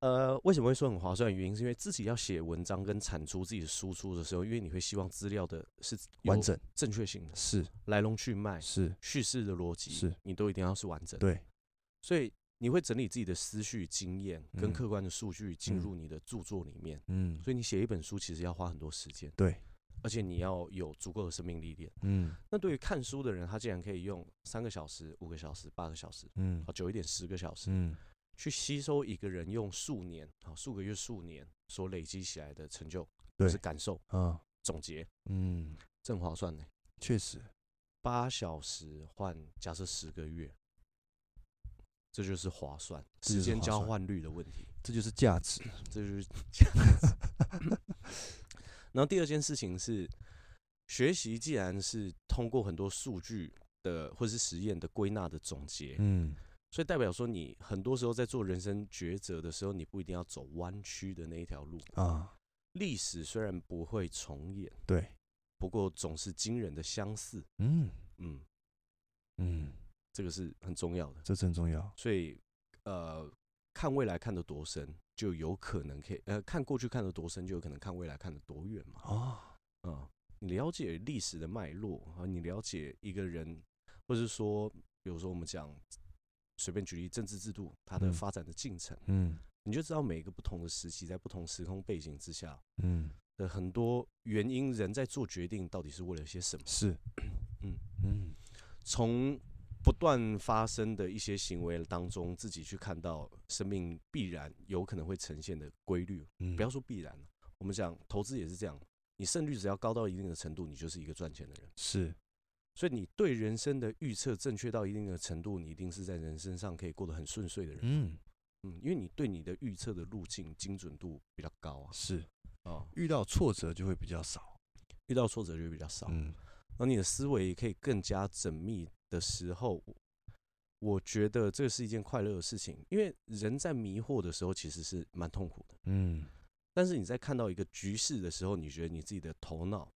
呃，为什么会说很划算？原因是因为自己要写文章跟产出自己的输出的时候，因为你会希望资料的是
完
有
整
正确性的
是
来龙去脉、
是，
叙事的逻辑，
是
你都一定要是完整的。
对，
所以你会整理自己的思绪、经验跟
嗯
客观的数据进
嗯
入你的著作里面。
嗯
所以你写一本书其实要花很多时间，
对，
而且你要有足够的生命历练。
嗯
那对于看书的人，他竟然可以用三个小时、五个小时、八个小时，
嗯
啊，久一点十个小时，
嗯
去吸收一个人用数年啊、数个月、数年所累积起来的成就，
对
或是感受
啊
总结，
嗯，
这很划算呢。
确实
八小时换假设十个月，这就是划算，
这
时
就是
间
划
交
算
换率的问题，
这就是价值。
这就是 这样子。 然后第二件事情是，学习既然是通过很多数据的或是实验的归纳的总结，
嗯，
所以代表说，你很多时候在做人生抉择的时候，你不一定要走弯曲的那一条路。
啊，
历史虽然不会重演，
对，
不过总是惊人的相似。
嗯
嗯，
嗯，
这个是很重要的。
这真重要。
所以，呃，看未来看得多深，就有可能可以；呃，看过去看得多深，就有可能看未来看得多远嘛。
哦，
啊、你了解历史的脉络啊，你了解一个人，或是说，比如说我们讲随便举例政治制度它的
嗯
发展的进程。
嗯
你就知道每一个不同的时期，在不同时空背景之下
嗯，
的很多原因，人在做决定到底是为了些什么。
是，
嗯
嗯
从不断发生的一些行为当中，自己去看到生命必然有可能会呈现的规律。
嗯，
不要说必然，啊我们讲投资也是这样，你胜率只要高到一定的程度，你就是一个赚钱的人。
是
所以你对人生的预测正确到一定的程度，你一定是在人生上可以过得很顺遂的人。
嗯
嗯，因为你对你的预测的路径精准度比较高啊。
是，
哦，
遇到挫折就会比较少。
遇到挫折就会比较少。
嗯
然后你的思维也可以更加缜密的时候，我我觉得这是一件快乐的事情，因为人在迷惑的时候其实是蛮痛苦的。
嗯
但是你在看到一个局势的时候，你觉得你自己的头脑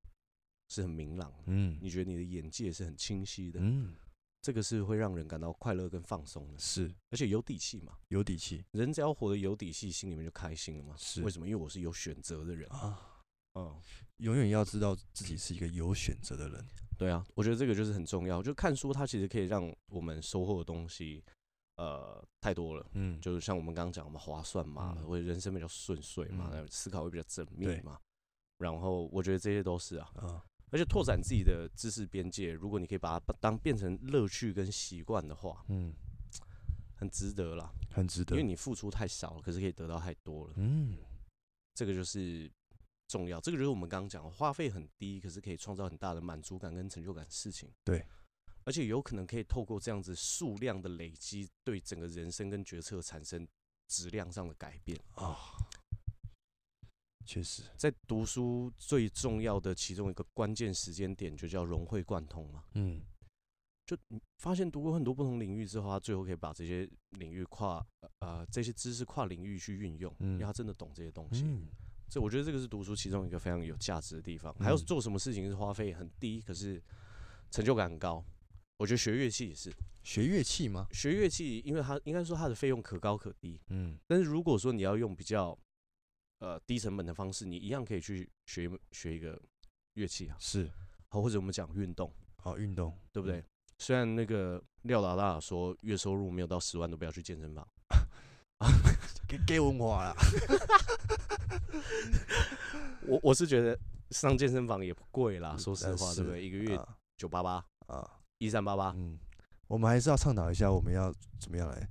是很明朗的，
嗯
你觉得你的眼界是很清晰的，
嗯，
这个是会让人感到快乐跟放松的，
是
而且有底气嘛。
有底气
人只要活得有底气，心里面就开心了嘛。
是
为什么？因为我是有选择的人。
啊，
嗯，
永远要知道自己是一个有选择的人。
对啊，我觉得这个就是很重要。就看书，它其实可以让我们收获的东西，呃，太多了。
嗯
就是像我们刚刚讲嘛，划算嘛，
嗯
我人生比较顺遂嘛，
嗯
思考会比较缜密
对
嘛。然后我觉得这些都是啊，
啊，
而且拓展自己的知识边界，如果你可以把它当变成乐趣跟习惯的话，
嗯，
很值得啦。
很值得
因为。你付出太少了，可是可以得到太多了，
嗯，
这个就是重要。这个就是我们刚刚讲的，花费很低，可是可以创造很大的满足感跟成就感的事情。
对，
而且有可能可以透过这样子数量的累积，对整个人生跟决策产生质量上的改变。
啊，确实，
在读书最重要的其中一个关键时间点，就叫融会贯通嘛。
嗯，
就你发现读过很多不同领域之后，他最后可以把这些领域跨呃呃这些知识跨领域去运用，
嗯
因为他真的懂这些东西。
嗯，
所以我觉得这个是读书其中一个非常有价值的地方。还有
嗯
做什么事情是花费很低，可是成就感很高。我觉得学乐器也是，
学乐器吗？
学乐器，因为它应该说它的费用可高可低，
嗯，
但是如果说你要用比较呃低成本的方式，你一样可以去学一门学一个乐器啊，
是，
好，或者我们讲运动，
好运动，
对不
嗯
对？？虽然那个廖老大说月收入没有到十万都不要去健身房，
给给文化啦，
我我是觉得上健身房也不贵啦，说实
呃
话，对不对？一个月
啊
九八八、
啊，
一三八八，
嗯，我们还是要倡导一下，我们要怎么样来，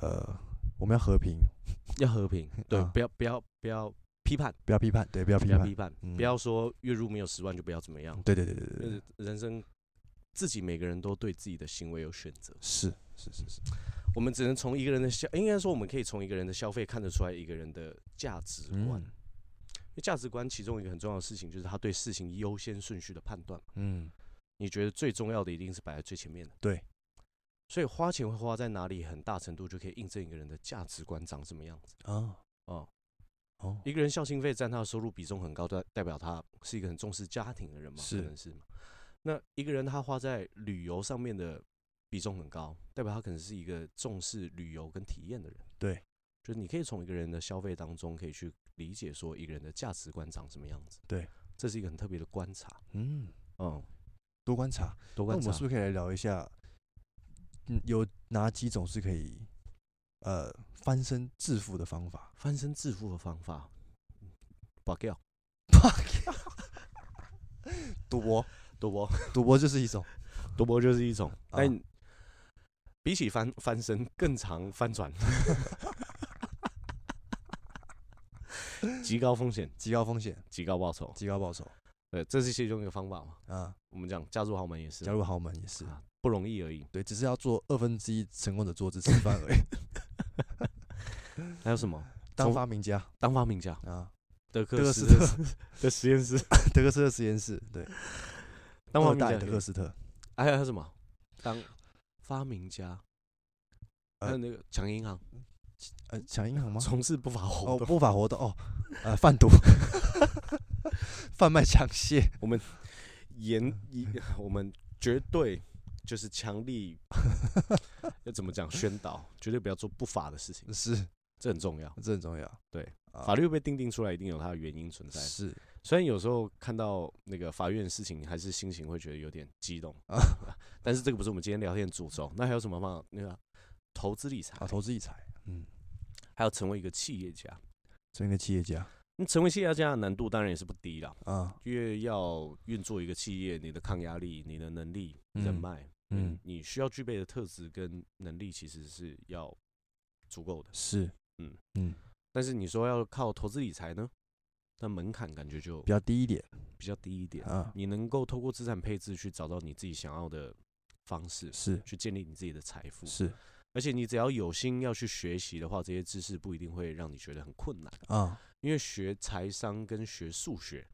呃，我们要和平，
要和平，对，
啊
不要不要不要批判，
不要批判，对，不要批
不要
判
批，判，
嗯
不要说月入没有十万就不要怎么样，
对对对对对
就
对，
是人生自己每个人都对自己的行为有选择。
是是是是，
我们只能从一个人的消，应该说我们可以从一个人的消费看得出来一个人的价值观。
嗯
因为价值观其中一个很重要的事情就是他对事情优先顺序的判断嘛。
嗯，
你觉得最重要的一定是摆在最前面的。
对，
所以花钱会花在哪里，很大程度就可以印证一个人的价值观长什么样子。
啊
哦，
哦，
一个人孝心费占他的收入比重很高，代代表他是一个很重视家庭的人嘛？
是
可能是嘛？那一个人他花在旅游上面的比重很高，代表他可能是一个重视旅游跟体验的人。
对，
就是你可以从一个人的消费当中，可以去理解说一个人的价值观长什么样子。
对，
这是一个很特别的观察。
嗯，
嗯，
多观察，
多
那
观
我
察
们是。不是可以来聊一下，嗯，有哪几种是可以呃翻身致富的方法？
翻身致富的方法，嗯把掉
赌博，
赌博，
赌博就是一种，
赌博就是一种。
啊
但比起翻翻身，更常翻船，极高风险，
极高风险，
极高报酬。
极高报酬
对，这是其中一个方法嘛。
啊！
我们讲嫁入豪门也是
加入豪门也是，
啊，不容易而已。
对，只是要做二分之一成功者做这吃饭 而已，
还有什么？
当
从
发明家
当发明家，
啊，
德
德
克
克
士
斯
的
特，
的实验室，
德克斯特实验室，对，
当发
二
明家
代
也
德
可
克
以。
斯特，
还有还有什么？当发明家，还有
呃
那个抢银行，
呃，抢银行吗？
从事不法活
哦，
动。
不法活动哦，呃，贩毒， 贩卖枪械，
严 一，
嗯
我们绝对就是强 力，要怎么讲宣导，绝对不要做不法的事情，
是，
这很重要。
这很重要。
对
啊，
法律被定定出来，一定有它的原因存在。
是
虽然有时候看到那个法院的事情，还是心情会觉得有点激动，
啊，
但是这个不是我们今天聊天的主轴。那还有什么方法？那个投资理财
啊，，投资理财，嗯，
还有成为一个企业家。
成为一个企业家
那成为企业家的难度当然也是不低啦，
啊，
因为要运作一个企业，你的抗压力、你的能力、人
嗯
脉，嗯
嗯，，
你需要具备的特质跟能力其实是要足够的。
是
但是你说要靠投资理财呢，那门槛感觉就
比较低一点
比较低一点。
啊，
你能够透过资产配置去找到你自己想要的方式，
是
去建立你自己的财富。
是
而且你只要有心要去学习的话，这些知识不一定会让你觉得很困难，
啊，
因为学财商跟学数学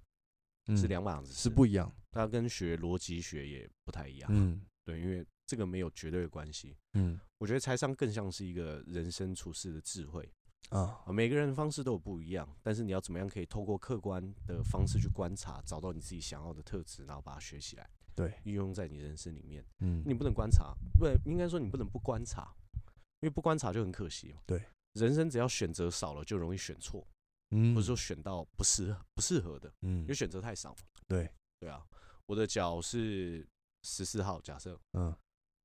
嗯
是两码子事，
是不一样，
它跟学逻辑学也不太一样。
嗯
对，因为这个没有绝对的关系。
嗯
我觉得财商更像是一个人生处事的智慧
啊，
啊，每个人的方式都有不一样，但是你要怎么样可以透过客观的方式去观察，找到你自己想要的特质，然后把它学起来，
对，
运用在你人生里面。
嗯，
你不能观察，不能应该说你不能不观察，因为不观察就很可惜嘛。
对，
人生只要选择少了，就容易选错，
嗯
或者说选到不适合不适合的，
嗯
因为选择太少嘛。
对，
对啊，我的脚是十四号，假设，
嗯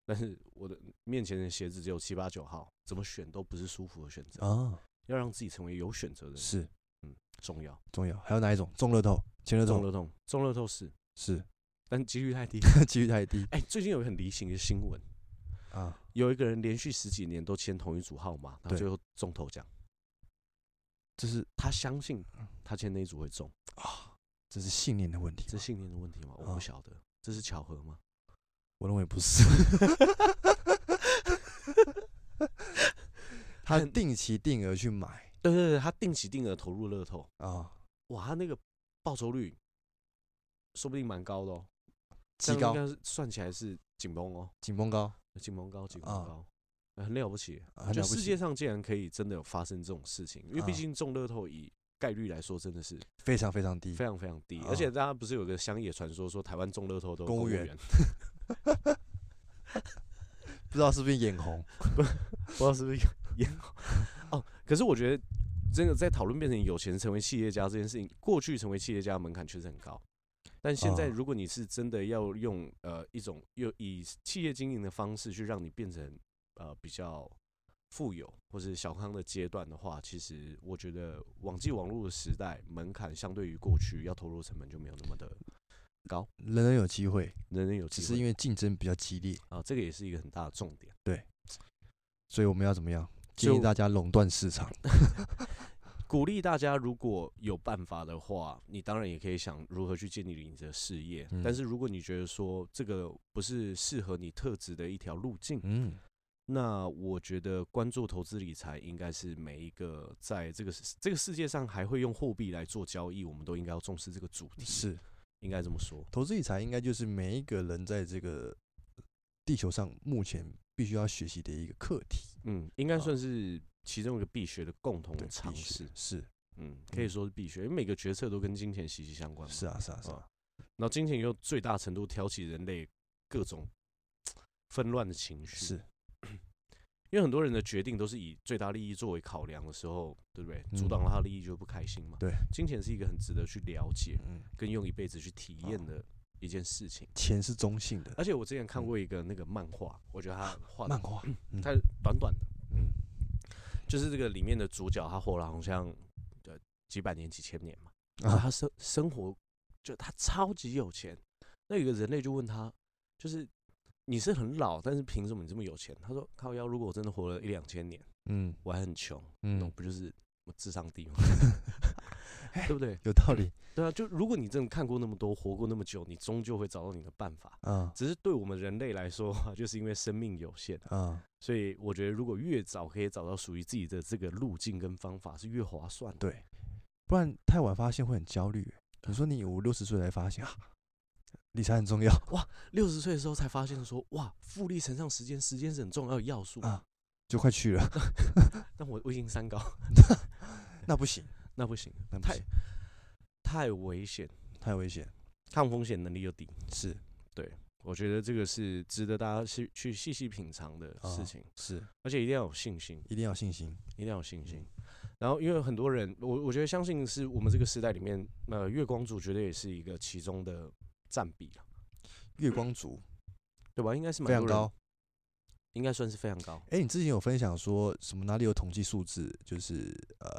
但是我的面前的鞋子只有七八九号，怎么选都不是舒服的选择。
啊，
要让自己成为有选择的人
是
重要。
重要。还有哪一种？中乐透、签乐
中
透
乐透，中乐透是，
是
但几率太低。
几率太低
哎、最近有一个很离奇的新闻，
啊，
有一个人连续十几年都签同一组号码，然后
对
最后中头奖。
这是
他相信他签那一组会中，
啊，这是信念的问题
这
吧。
是信念的问题吗？我
啊
不晓得，这是巧合吗？
我认为不 是。他
很
定期定额去买
对对对，他定期定额投入乐透，
啊，
哇，他那个报酬率说不定蛮高的哦，这
极
样
高
应该是算起来是紧绷哦，
紧绷高，
紧绷高，紧绷
啊
高，呃很了不起。
啊很
就
了不
世界
起，
上竟然可以真的有发生这种事情，因为毕
啊
竟中乐透以概率来说真的是
非常非常低
非。常非常低，
啊
而且大家不是有个乡野传说说台湾中乐透都
公务
务
员
员，
不知道是 不是眼红？
不知道是不是也好哦。可是我觉得，真的在讨论变成有钱成为企业家这件事情，过去成为企业家的门槛确实很高，但现在
啊
如果你是真的要用呃一种又以企业经营的方式去让你变成呃比较富有或是小康的阶段的话，其实我觉得网际网络的时代门槛相对于过去要投入的成本就没有那么的
人人有机会，
人人有
只
机
是
会
因为竞争比较激烈，
啊、这个也是一个很大的重点。
所以我们要怎么样？建议
就
大家垄断市场。
鼓励大家，如果有办法的话，你当然也可以想如何去建立你的事业。
嗯
但是如果你觉得说这个不是适合你特质的一条路径，
嗯，
那我觉得关注投资理财应该是每一个在这个世这个世界上还会用货币来做交易，我们都应该要重视这个主题。
是
应该这么说。
投资理财应该就是每一个人在这个呃地球上目前必须要学习的一个课题。
嗯，应该
啊
算是其中一个必学的共同
对，
嗯尝
必须
试。
是
嗯，可以
嗯
说是必学，因为每个决策都跟金钱息息相关嘛。
是啊是啊是
啊
啊，
然后金钱又最大程度挑起人类各种纷乱的情绪，
是啊
因为很多人的决定都是以最大利益作为考量的时候，对不对？
嗯
阻挡了他的利益就会不开心嘛。
对，
金钱是一个很值得去了解
嗯，
跟用一辈子去体
哦
验的一件事情。
钱是中性的。
而且我之前看过一个那个漫画，我觉得他画的
嗯漫画，嗯
他短短的，
嗯，
就是这个里面的主角他活了好像呃几百年几千年嘛，然后
啊
他生生活就他超级有钱。那有个人类就问他，就是你是很老，但是凭什么你这么有钱？他说靠腰，如果我真的活了一两千年，
嗯
我还很穷，那我
嗯，
不就是我智商低吗？
哎
对不对？
有道理
对啊，就如果你真的看过那么多，活过那么久，你终究会找到你的办法。
啊
只是对我们人类来说的话，就是因为生命有限，
啊，
所以我觉得如果越早可以找到属于自己的这个路径跟方法，是越划算的。
对，不然太晚发现会很焦虑。你说你五六十岁才 发现啊，理财很重要
六十岁的时候才发现说，哇，复利乘上时间，时间是很重要的要素。
啊，就快去
嗯
了，
但我我已经三高，
那不行，
那不行，
那不
太
行，
太危险，
太危险。
抗风险能力又低。
是
我觉得这个是值得大家去去细细品尝的事
啊
情，
是，
而且一定要有信心，
一定要有信心。
一定要有信心。
嗯
然后，因为很多人，我我觉得相信是我们这个时代里面，呃，月光族绝对也是一个其中的占比了，
月光族
对吧？应该是蛮
非常
多人
高。，
应该算是非常高
哎、你之前有分享说什么哪里有统计数字，就是呃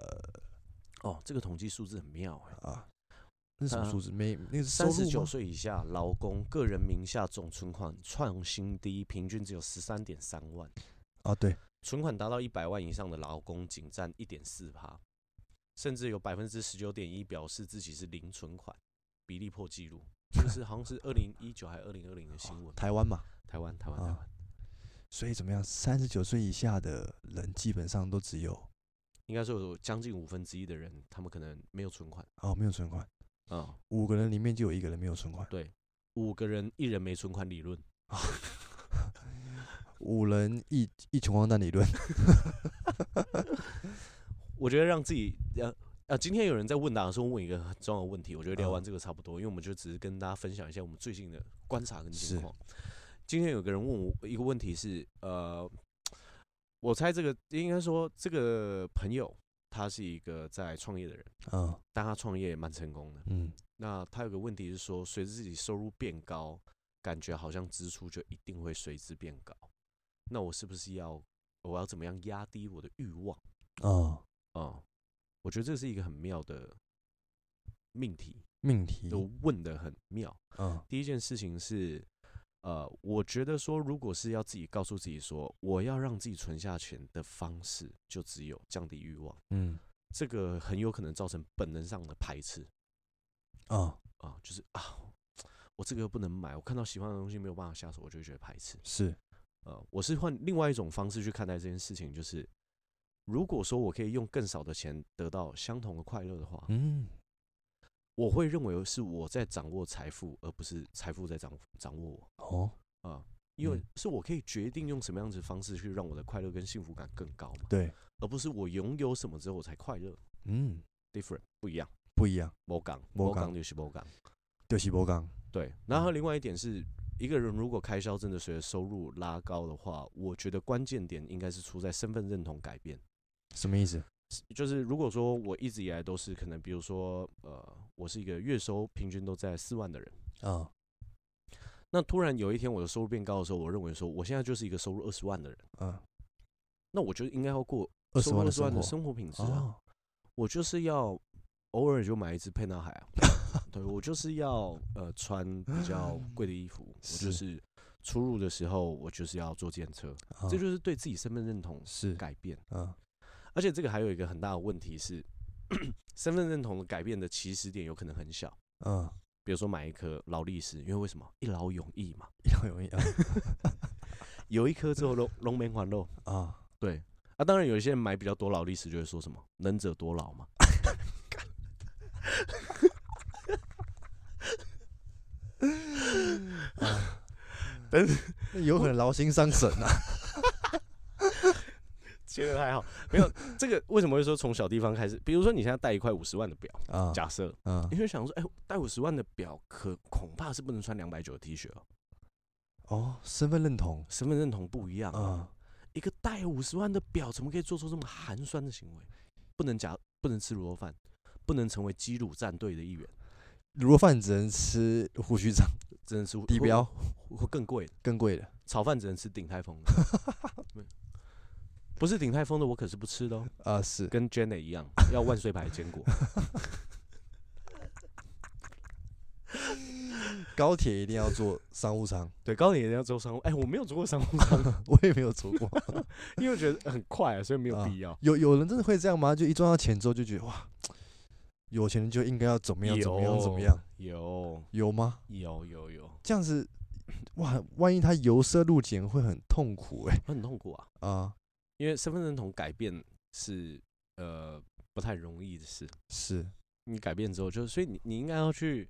哦。这个统计数字很妙哎、
啊，那是什么
啊
数字？没那个是收
三十
入
九
吗？
岁以下劳工个人名下总存款创新低，平均只有十三点三万，
啊，对，
存款达到一百万以上的劳工仅占一点四趴，甚至有百分之十九点一表示自己是零存款，比例破纪录，就是好像是二零一九还二零二零的新闻，
哦台湾嘛。
台湾台湾台
啊
湾
所以怎么样？三十九岁以下的人基本上都只有
应该说有将近五分之一的人，他们可能没有存款
哦，没有存款，
啊、
五个人里面就有一个人没有存款，
对，五个人一人没存款理论，
五人一一穷光蛋理论
我觉得让自己呃呃，今天有人在问答的时候问一个很重要的问题，我觉得聊完这个差不多，因为我们就只是跟大家分享一下我们最近的观察跟情
是
况。今天有个人问我一个问题是，呃，我猜这个应该说这个朋友他是一个在创业的人，
啊，
但他创业也蛮成功的。
嗯，
那他有个问题是说，随着自己收入变高，感觉好像支出就一定会随之变高。那我是不是要我要怎么样压低我的欲望？
啊，
啊、我觉得这是一个很妙的命题，
命题
都问的很妙。
啊，
第一件事情是，呃，我觉得说，如果是要自己告诉自己说，我要让自己存下钱的方式，就只有降低欲望，
嗯
这个很有可能造成本能上的排斥
啊，
啊、就是啊，我这个又不能买，我看到喜欢的东西没有办法下手，我就会觉得排斥。
是
呃，我是换另外一种方式去看待这件事情，就是如果说我可以用更少的钱得到相同的快乐的话，
嗯
我会认为是我在掌握财富，而不是财富在掌掌握我
哦，
啊、因为
嗯
是我可以决定用什么样子的方式去让我的快乐跟幸福感更高嘛，
对，
而不是我拥有什么之后我才快乐
嗯，
，different 不一样。
不一样，
某港，
无
某
同
港嗯就是某港。
就是无共。
对，然后另外一点是，一个人如果开销真的随着收入拉高的话，我觉得关键点应该是出在身份认同改变。
什么意思？
就是如果说我一直以来都是可能，比如说，呃，我是一个月收平均都在四万的人，
啊、
那突然有一天我的收入变高的时候，我认为说我现在就是一个收入二十万的人，
嗯，
那我就应该要过
二
收
十
入
万
二
的
十万
生
的
活，
生活品质啊，
哦，
我就是要偶尔就买一只沛纳海 啊，对我就是要呃穿比较
嗯
贵的衣服，我就是是出入的时候我就是要坐电车，
啊
这就是对自己身份认同
是
改变。
嗯
而且这个还有一个很大的问题是， 身份认同的改变的起始点有可能很小，
嗯，
比如说买一颗劳力士，因为为什么一劳永逸嘛，
一劳永逸啊
有一颗之 后龙龙门环肉。
啊，
对啊，当然有一些人买比较多劳力士就会说什么“能者多劳” 嘛。
那 有可能劳心伤神啊。
其实还好，没有这个为什么会说从小地方开始？比如说你现在戴一块五十万的表，
啊，
假设
嗯
你，会想说，哎、戴五十万的表可恐怕是不能穿两百九的 T 恤哦，
哦，身份认同
身份认同不一样啊
啊。，
一个戴五十万的表，怎么可以做出这么寒酸的行为？不能假，不能吃卤肉饭，不能成为基鲁战队的一员，
卤肉饭只能吃胡须章，
真的是
地
或
标
或或更贵的
更贵的
炒饭只能吃鼎泰丰的，对不是鼎泰丰的我可是不吃 的哦。
啊，是
跟 Jenna 一样，要万岁牌坚果。
高铁一定要坐商务舱，
对，高铁一定要坐商务。哎、我没有坐过商务舱，
我也没有坐过。
因为我觉得很快、啊，所以没有
啊
必要。
有有人真的会这样吗？就一赚到钱之后就觉得哇，有钱人就应该要怎么样怎么样怎么样？
有
有吗？
有有有，
这样子，哇，万一他由奢入俭会很痛苦哎、
很痛苦啊，
啊，
因为身份认同改变是呃不太容易的事。
是
你改变之后，就是所以你你应该要去。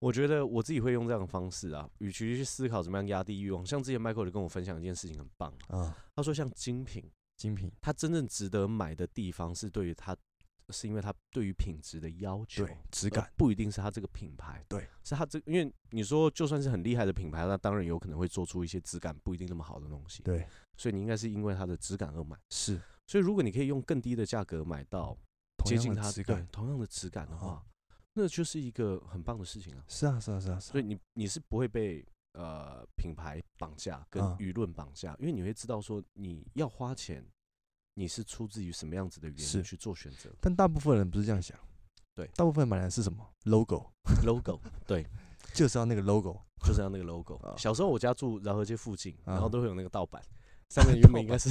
我觉得我自己会用这样的方式啊，与其去思考怎么样压低欲望，像之前 Michael 就跟我分享一件事情很棒啊，
啊，
他说像精品，
精品
它真正值得买的地方是对于它，是因为它对于品质的要求。
对质
呃
感
不一定是他这个品牌，
对，
是他这，因为你说就算是很厉害的品牌，那当然有可能会做出一些质感不一定那么好的东西，
对
所以你应该是因为它的质感而买。
是
所以如果你可以用更低的价格买到接
同
近
样
它
的质
对
感
同样的质感的话，
哦
那就是一个很棒的事情啊。
是啊是啊是啊是
所
啊
以你你是不会被呃品牌绑架跟
嗯
舆论绑架，因为你会知道说你要花钱，你是出自于什么样子的原因
是
去做选择。
但大部分人不是这样想，
对
大部分买的是什么 logo，
logo
就是要那个 logo
就是要那个 logo
啊。
小时候我家住饶河街附近，然后
啊
都会有那个盗版，上面原本应 该是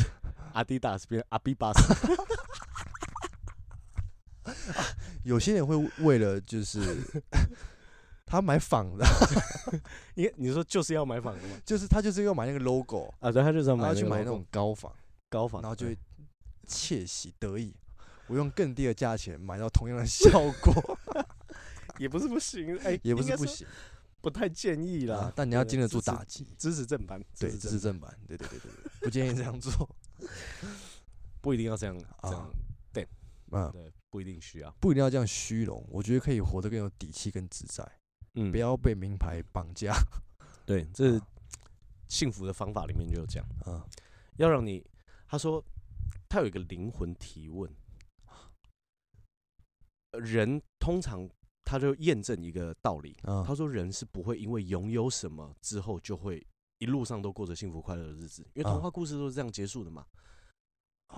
阿迪达斯变阿比巴斯，
有些人会为了就是 他买仿的，
你你说就是要买仿的吗？
就是他就是要买那个 logo，
啊，对，他就是要
然后
买
去买那
logo，
种高仿，
高仿，
然后就
对
会窃喜得意。我用更低的价钱买到同样 的效果，
也不是不行，哎，
也不
应
是
该
不
说
行
不太建议
啊
啦。，
但你要
对
经得
支
住
持
打击。
支持正版，
对，
支持
这
正
是正版，对对对对对，不建议这样做
不一定要这样这
啊
样，。
啊，
对，不一定需要，
不一定要这样虚荣，我觉得可以活得更有底气跟自在，
嗯
不要被名牌绑架。
对，这
啊
幸福的方法里面就有讲，
啊，
要让你，他说他有一个灵魂提问，呃人通常他就验证一个道理，
啊
他说人是不会因为拥有什么之后就会一路上都过着幸福快乐的日子，因为童
啊
话故事都是这样结束的嘛。
哦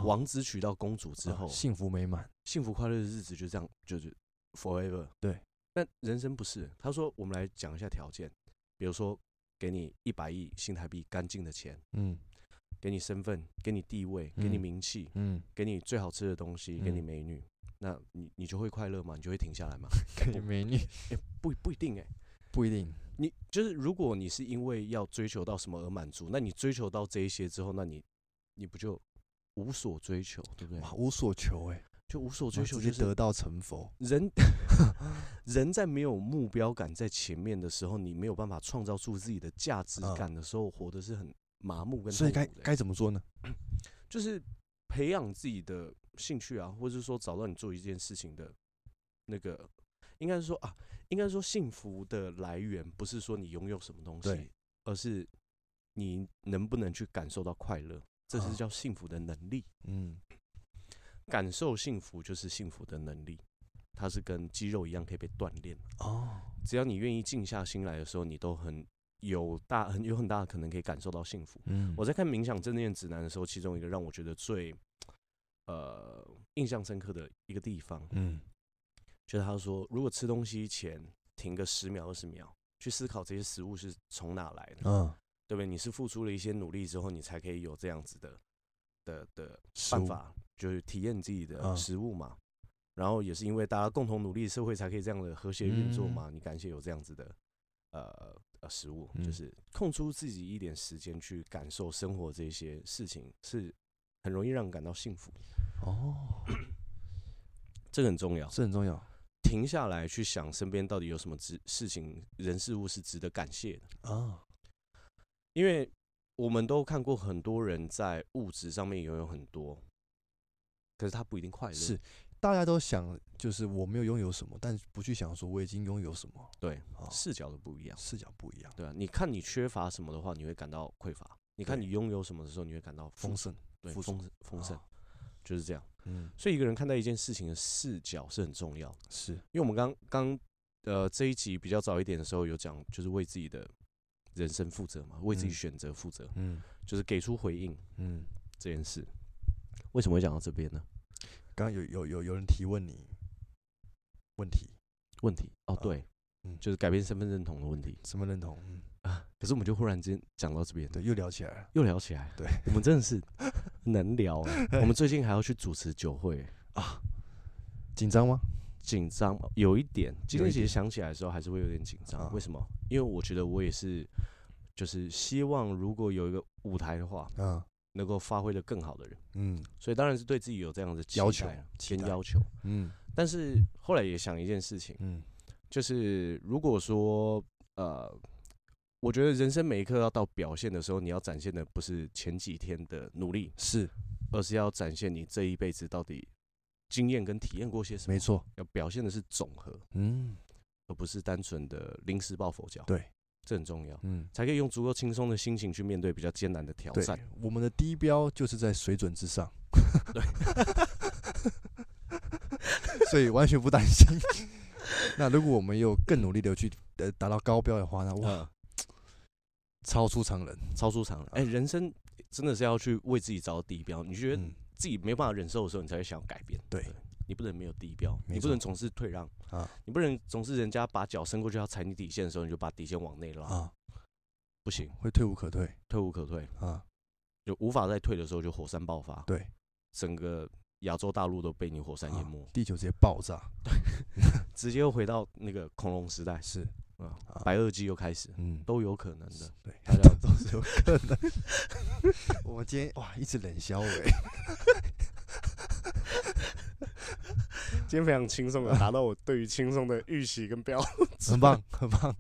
王子娶到公主之
啊
后，
幸福美满
幸福快乐的日子就这样就是 forever。
对，
但人生不是。他说我们来讲一下条件，比如说给你一百亿新台币干净的钱，
嗯
给你身份，给你地位，给你
嗯
名气，
嗯，
给你最好吃的东西，给你
嗯
美女，那你你就会快乐吗？你就会停下来吗？
可以美女
不不一定哎、
不一定
你就是如果你是因为要追求到什么而满足，那你追求到这一些之后，那你你不就无所追求，对不对？
哇，无所求哎，
就无所
我
追求，就
直接得
是
道成佛。
人人在没有目标感在前面的时候，你没有办法创造出自己的价值
嗯
感的时候，活的是很麻木跟
所以
痛
该
苦的欸
该怎么做呢？
就是培养自己的兴趣啊，或者是说找到你做一件事情的那个，应该是说啊，应该说幸福的来源不是说你拥有什么东
对
西，而是你能不能去感受到快乐，这
啊
是叫幸福的能力。
嗯，
感受幸福就是幸福的能力，它是跟肌肉一样可以被锻炼。
哦，
只要你愿意静下心来的时候，你都很有大很有很大的可能可以感受到幸福。
嗯，
我在看《冥想正念指南》的时候，其中一个让我觉得最呃印象深刻的一个地方，
嗯
就是他说，如果吃东西前停个十秒、二十秒，去思考这些食物是从哪来的，
嗯，
对不对？你是付出了一些努力之后，你才可以有这样子的的的
食
办
物
法，就是体验自己的
嗯
食物嘛。然后也是因为大家共同努力，社会才可以这样的和谐运作嘛。你感谢有这样子的呃呃食物，
嗯
就是空出自己一点时间去感受生活这些事情，是很容易让人感到幸福的，
哦，
这个很重要。
这很重要
停下来去想身边到底有什么值事情、人事物是值得感谢的，
啊。
因为我们都看过很多人在物质上面拥有很多，可是他不一定快乐。
是，大家都想就是我没有拥有什么，但是不去想说我已经拥有什么。
对
哦，
视角都不一样。
视角不一样，
对啊，你看你缺乏什么的话，你会感到匮乏；你看
对
你拥有什么的时候，你会感到
丰
富
盛，
对
富
丰
足
盛丰盛
啊，
就是这样。
嗯，
所以一个人看待一件事情的视角是很重要的。
是
因为我们刚刚呃这一集比较早一点的时候有讲，就是为自己的人生负责嘛，为自己
嗯
选择负责，
嗯
就是给出回应
嗯。
这件事。为什么会讲到这边呢？
刚刚有有有有人提问你问题，
问题哦，
啊
对，
嗯
就是改变身份认同的问题
什么认同？嗯，
啊。可是我们就忽然间讲到这边，
对，又聊起来了。
又聊起来了。
对，
我们真的 是难聊欸。我们最近还要去主持酒会欸，
紧张吗？
紧张有一点。今
有一
天其实
点
想起来的时候还是会有点紧张
啊。
为什么？因为我觉得我也是，就是希望如果有一个舞台的话，
嗯
能够发挥的更好的人。
嗯
所以当然是对自己有这样的期
要求
待啊
期
跟
待
要求。
嗯
但是后来也想一件事情，
嗯
就是如果说呃，我觉得人生每一刻要到表现的时候，你要展现的不是前几天的努力，
是
而是要展现你这一辈子到底经验跟体验过些什么。
没，错。
要表现的是总和，
嗯，
而不是单纯的临时抱佛脚。
对，
这很重要，
嗯，
才可以用足够轻松的心情去面对比较艰难的挑
对
战。，
我们的低标就是在水准之上。
对，
所以完全不担心。 那如果我们有更努力的去呃达到高标的话，那哇，
嗯，
超出常人。
超出常人。哎、人生真的是要去为自己找到地标。你觉得
嗯
自己没办法忍受的时候，你才会想要改变。
对
你不能没有地标，
没
你不
错
能总是退让
啊
你不能总是人家把脚伸过去要踩你底线的时候，你就把底线往内拉，
啊，
不行，
会退无可退
退无可退，
啊。
就无法再退的时候就火山爆发，
对，啊
整个亚洲大陆都被你火山淹没，
地球直接爆炸。
直接又回到那个恐龙时代，
是
嗯
啊
白垩纪又开始，
嗯，
都有可能的。
对，
大 家
都是有可 能。我们今天哇，一直冷笑 伟，
今天非常轻松的达到我对于轻松的预期跟标，
很棒，啊很棒。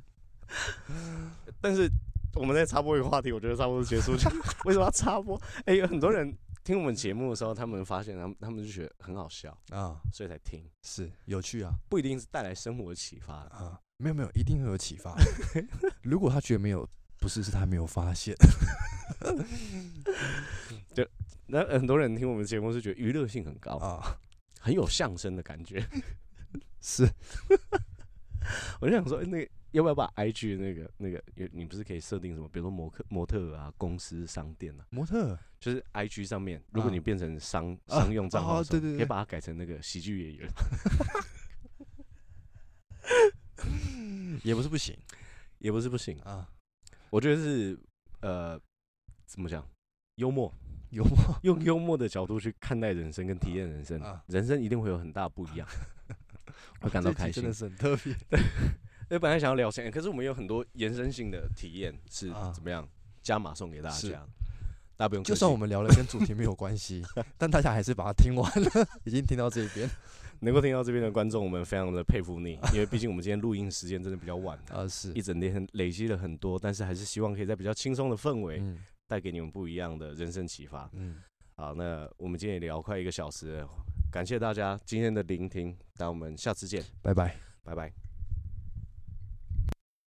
但是我们在插播一个话题，我觉得差不多结束就。 为什么要插播？哎、有很多人听我们节目的时候，他们发现他们他们就觉得很好笑，
啊，
所以才听。
是有趣啊
不一定是带来生活的启发啦，
啊，没有没有，一定会有启 发。如果他觉得没有，不是是他没有发现，
那很多人听我们节目是觉得娱乐性很高，
啊，
很有相声的感觉。
是
我就想说，诶那个要不要把 IG 的那个那个，有你不是可以设定什么，比如说模特模特儿啊、公司、商店啊，
模特
就是 IG 上面，如果你
啊
变成商、
啊
商用账号的
哦
时候，
对对对
可以把它改成那个喜剧演员，
也不是不行
也不是不行。
啊，
我觉得是呃，怎么讲，幽默，
幽默
用幽默的角度去看待人生跟体验人生，
啊
人生一定会有很大不 一样，会感到
这
开
集
心
真的。是很特别。
因为本来想要聊钱，可是我们有很多延伸性的体验是
啊
怎么样、加码送给大
是
家。大家不用客
就
气。
算我们聊了跟主题没有关 系，但大家还是把它听完了，已经听到这边。
能够听到这边的观众，我们非常的佩服你，因为毕竟我们今天录音时间真的比较晚，
啊，是
一，整天累积了很多，但是还是希望可以在比较轻松的氛围，
嗯
带给你们不一样的人生启发。
嗯，
好，那我们今天也聊快一个小时了，感谢大家今天的聆听，那我们下次见，
拜拜。
拜拜。